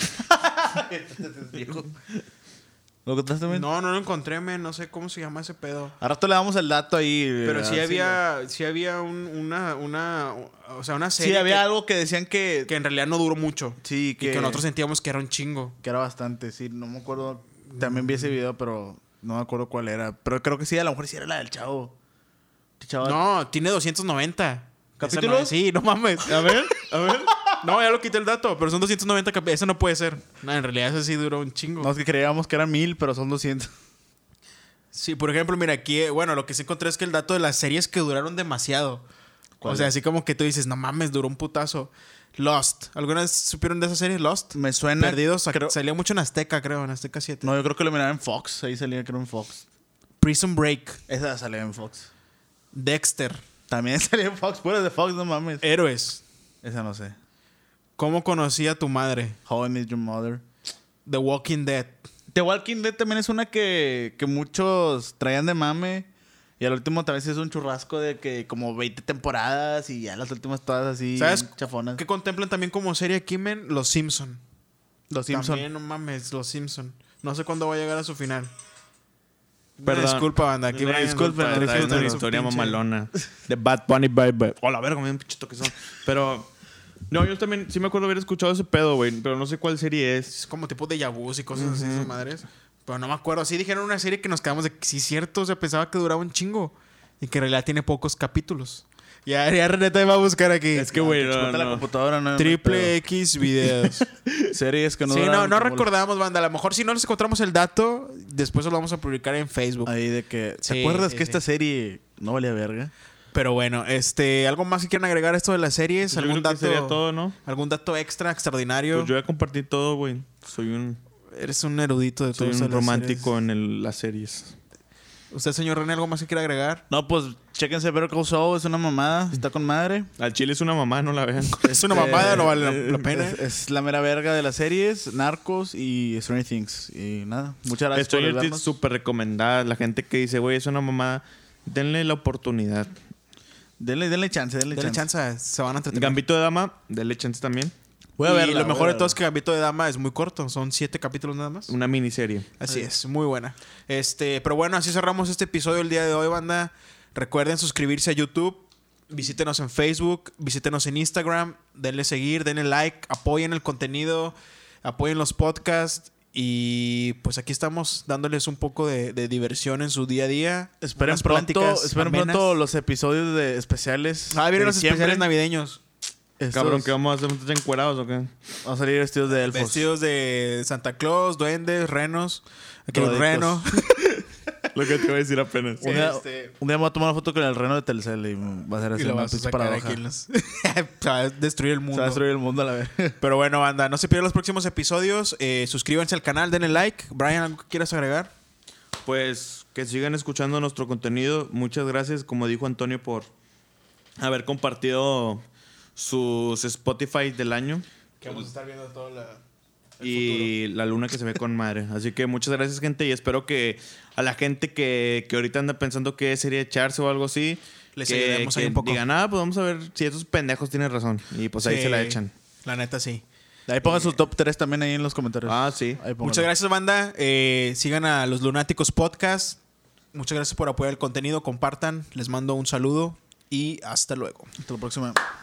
Speaker 3: ¿Lo contaste, men?
Speaker 1: No, no lo encontré, men. No sé cómo se llama ese pedo.
Speaker 3: A rato le damos el dato ahí.
Speaker 1: Pero
Speaker 3: a
Speaker 1: sí
Speaker 3: ver si lo-
Speaker 1: había, sí había un- una, una, o sea, una
Speaker 3: Sí,
Speaker 1: serie
Speaker 3: había
Speaker 1: que-
Speaker 3: algo que decían que.
Speaker 1: que, en realidad no duró mucho.
Speaker 3: sí,
Speaker 1: Y que nosotros sentíamos que era un chingo.
Speaker 3: Que era bastante, sí. No me acuerdo. También
Speaker 1: Mm.
Speaker 3: vi ese video, pero no me acuerdo cuál era. Pero creo que sí, a lo mejor sí era la del chavo. Este chavo-
Speaker 1: No, tiene 290.
Speaker 3: ¿Capítulos?
Speaker 1: Esa no es- sí, no mames.
Speaker 4: A ver, a ver.
Speaker 1: No, ya lo quité el dato, pero son 290 capítulos. Eso no puede ser. No, en realidad eso sí duró un chingo.
Speaker 3: No, es que creíamos que eran mil, pero son 200.
Speaker 1: Sí, por ejemplo, mira, aquí, eh, bueno, lo que sí encontré es que el dato de las series que duraron demasiado.
Speaker 3: ¿Cuál?
Speaker 1: O sea, así como que tú dices, no mames, duró un putazo. Lost. ¿Algunas supieron de esa serie? Lost.
Speaker 3: Me suena.
Speaker 1: Perdidos.
Speaker 3: creo-
Speaker 1: Salió mucho en Azteca, creo, en Azteca 7.
Speaker 3: No, yo creo que lo miraba en Fox. Ahí salía, creo, en Fox.
Speaker 1: Prison Break.
Speaker 3: Esa salía en Fox.
Speaker 1: Dexter.
Speaker 3: También salía en Fox. Pura de Fox, no mames.
Speaker 1: Eh. Héroes.
Speaker 3: Esa no sé.
Speaker 1: ¿Cómo conocí a tu madre?
Speaker 3: How I Met Your Mother.
Speaker 1: The Walking Dead.
Speaker 3: The Walking Dead también es una que, que muchos traían de mame. Y al último también se hizo un churrasco de que como 20 temporadas y ya las últimas todas así
Speaker 1: ¿Sabes
Speaker 3: chafonas.
Speaker 1: ¿Qué contemplan también como serie aquí, men? Los Simpson.
Speaker 3: Los Simpsons.
Speaker 1: También, no mames, Los Simpson. No sé cuándo va a llegar a su final. Una
Speaker 4: Perdón.
Speaker 1: disculpa, banda. Aquí
Speaker 4: Una
Speaker 1: Brian
Speaker 4: disculpa,
Speaker 1: Goldberg
Speaker 4: está
Speaker 1: trae
Speaker 4: viendo una
Speaker 1: su
Speaker 4: historia
Speaker 1: pinche-
Speaker 4: mamalona. De Bad Bunny Baby. Hola, verga, me dio un pinche toque son. Pero. No, yo también sí me acuerdo haber escuchado ese pedo, güey. Pero no sé cuál serie es.
Speaker 1: Es como tipo de yabús y cosas así, esas madres. Pero no me acuerdo. Sí dijeron una serie que nos quedamos de que sí, cierto. O sea, pensaba que duraba un chingo. Y que en realidad tiene pocos capítulos. Ya, ya Renata iba a buscar aquí.
Speaker 4: Es que, güey, no,
Speaker 3: Explota la
Speaker 4: no.
Speaker 3: computadora, no, no,
Speaker 1: Triple X videos.
Speaker 3: pero- Series que no
Speaker 1: sí, no,
Speaker 3: duraron
Speaker 1: no
Speaker 3: como-
Speaker 1: recordamos, banda. A lo mejor si no les encontramos el dato, después lo vamos a publicar en Facebook.
Speaker 3: Ahí de que. ¿Te
Speaker 1: Sí,
Speaker 3: acuerdas
Speaker 1: sí,
Speaker 3: que
Speaker 1: sí.
Speaker 3: esta serie no valía verga?
Speaker 1: Pero bueno, este, ¿algo más que quieran agregar a esto de las series?
Speaker 4: Yo
Speaker 1: ¿Algún
Speaker 4: creo que
Speaker 1: dato?
Speaker 4: sería todo, ¿no?
Speaker 1: ¿Algún dato extra, extraordinario?
Speaker 4: Pues yo ya compartí todo, güey. Soy un,
Speaker 1: Eres un erudito de todo
Speaker 4: soy
Speaker 1: eso de
Speaker 4: un
Speaker 1: las
Speaker 4: romántico en el- las series.
Speaker 1: series. ¿Usted, señor René, algo más que quiera agregar?
Speaker 3: No, pues chéquense Better Call Saul, es una mamada, está con madre. Eh,
Speaker 4: Al chile es una mamá, no la vean.
Speaker 1: Es una mamada, no vale la- la, pena.
Speaker 3: Es, es la mera verga de las series, Narcos y Stranger Things. Y nada, muchas gracias
Speaker 4: Estoy
Speaker 3: por vernos.
Speaker 4: súper recomendada. La gente que dice, güey, es una mamada, denle la oportunidad.
Speaker 3: Denle, denle chance, denle,
Speaker 1: Dale
Speaker 3: chance.
Speaker 1: chance, se van a entretener.
Speaker 4: Gambito de dama, denle chance también.
Speaker 3: Voy a
Speaker 1: y
Speaker 3: verla,
Speaker 1: lo
Speaker 3: voy a
Speaker 1: mejor de
Speaker 3: verla.
Speaker 1: todo es que Gambito de Dama es muy corto, son siete capítulos nada más.
Speaker 4: Una miniserie.
Speaker 1: Así es, muy buena. Este, pero bueno, así cerramos este episodio el día de hoy, banda. Recuerden suscribirse a YouTube, Visítenos en Facebook, visítenos en Instagram, denle seguir, denle like, apoyen el contenido, apoyen los podcasts. Y pues aquí estamos dándoles un poco de, de diversión en su día a día.
Speaker 3: Esperen
Speaker 1: unas
Speaker 3: pronto,
Speaker 1: pláticas
Speaker 3: esperen
Speaker 1: amenas.
Speaker 3: pronto los episodios de especiales.
Speaker 1: Ah,
Speaker 3: de
Speaker 1: vienen los
Speaker 3: diciembre.
Speaker 1: especiales navideños.
Speaker 3: Estos-
Speaker 4: Cabrón, ¿qué vamos a hacer? ¿Estás encuerados o qué?
Speaker 3: Vamos a salir vestidos de elfos.
Speaker 1: Vestidos de Santa Claus, duendes, renos. Aquí hay un
Speaker 3: Toditos.
Speaker 1: reno.
Speaker 4: Lo que te iba a decir apenas.
Speaker 3: Un día,
Speaker 1: Este-
Speaker 3: un día me voy a tomar una foto con el reno de Telcel y va a ser
Speaker 1: y
Speaker 3: así
Speaker 1: lo
Speaker 3: una
Speaker 1: vas a
Speaker 3: pinche
Speaker 1: sacar
Speaker 3: paradoja.
Speaker 1: aquí en los- Se va a destruir el
Speaker 3: Se
Speaker 1: mundo.
Speaker 3: va a destruir el mundo a la vez.
Speaker 1: Pero bueno, banda, no se pierdan los próximos episodios. Eh, suscríbanse al canal, denle like. Brian, ¿algo que quieras agregar?
Speaker 4: Pues que sigan escuchando nuestro contenido. Muchas gracias, como dijo Antonio, por haber compartido sus Spotify del año
Speaker 1: Que vamos a estar viendo toda la...
Speaker 4: y la luna que se ve con madre. Así que muchas gracias, gente, y espero que a la gente que, que ahorita anda pensando que sería echarse o algo así,
Speaker 1: Les
Speaker 4: que,
Speaker 1: ayudemos ahí
Speaker 4: que
Speaker 1: un poco.
Speaker 4: digan, ah, pues vamos a ver si estos pendejos tienen razón. Y pues ahí se la echan.
Speaker 1: La neta, sí.
Speaker 3: Ahí pongan su top 3 también ahí en los
Speaker 1: Pues,
Speaker 3: comentarios.
Speaker 4: Ah, sí.
Speaker 3: Ahí pónganlo.
Speaker 1: Muchas gracias, banda. Eh, sigan a los Lunáticos Podcast. Muchas gracias por apoyar el contenido. Compartan. Les mando un saludo y hasta luego.
Speaker 3: Hasta la próxima.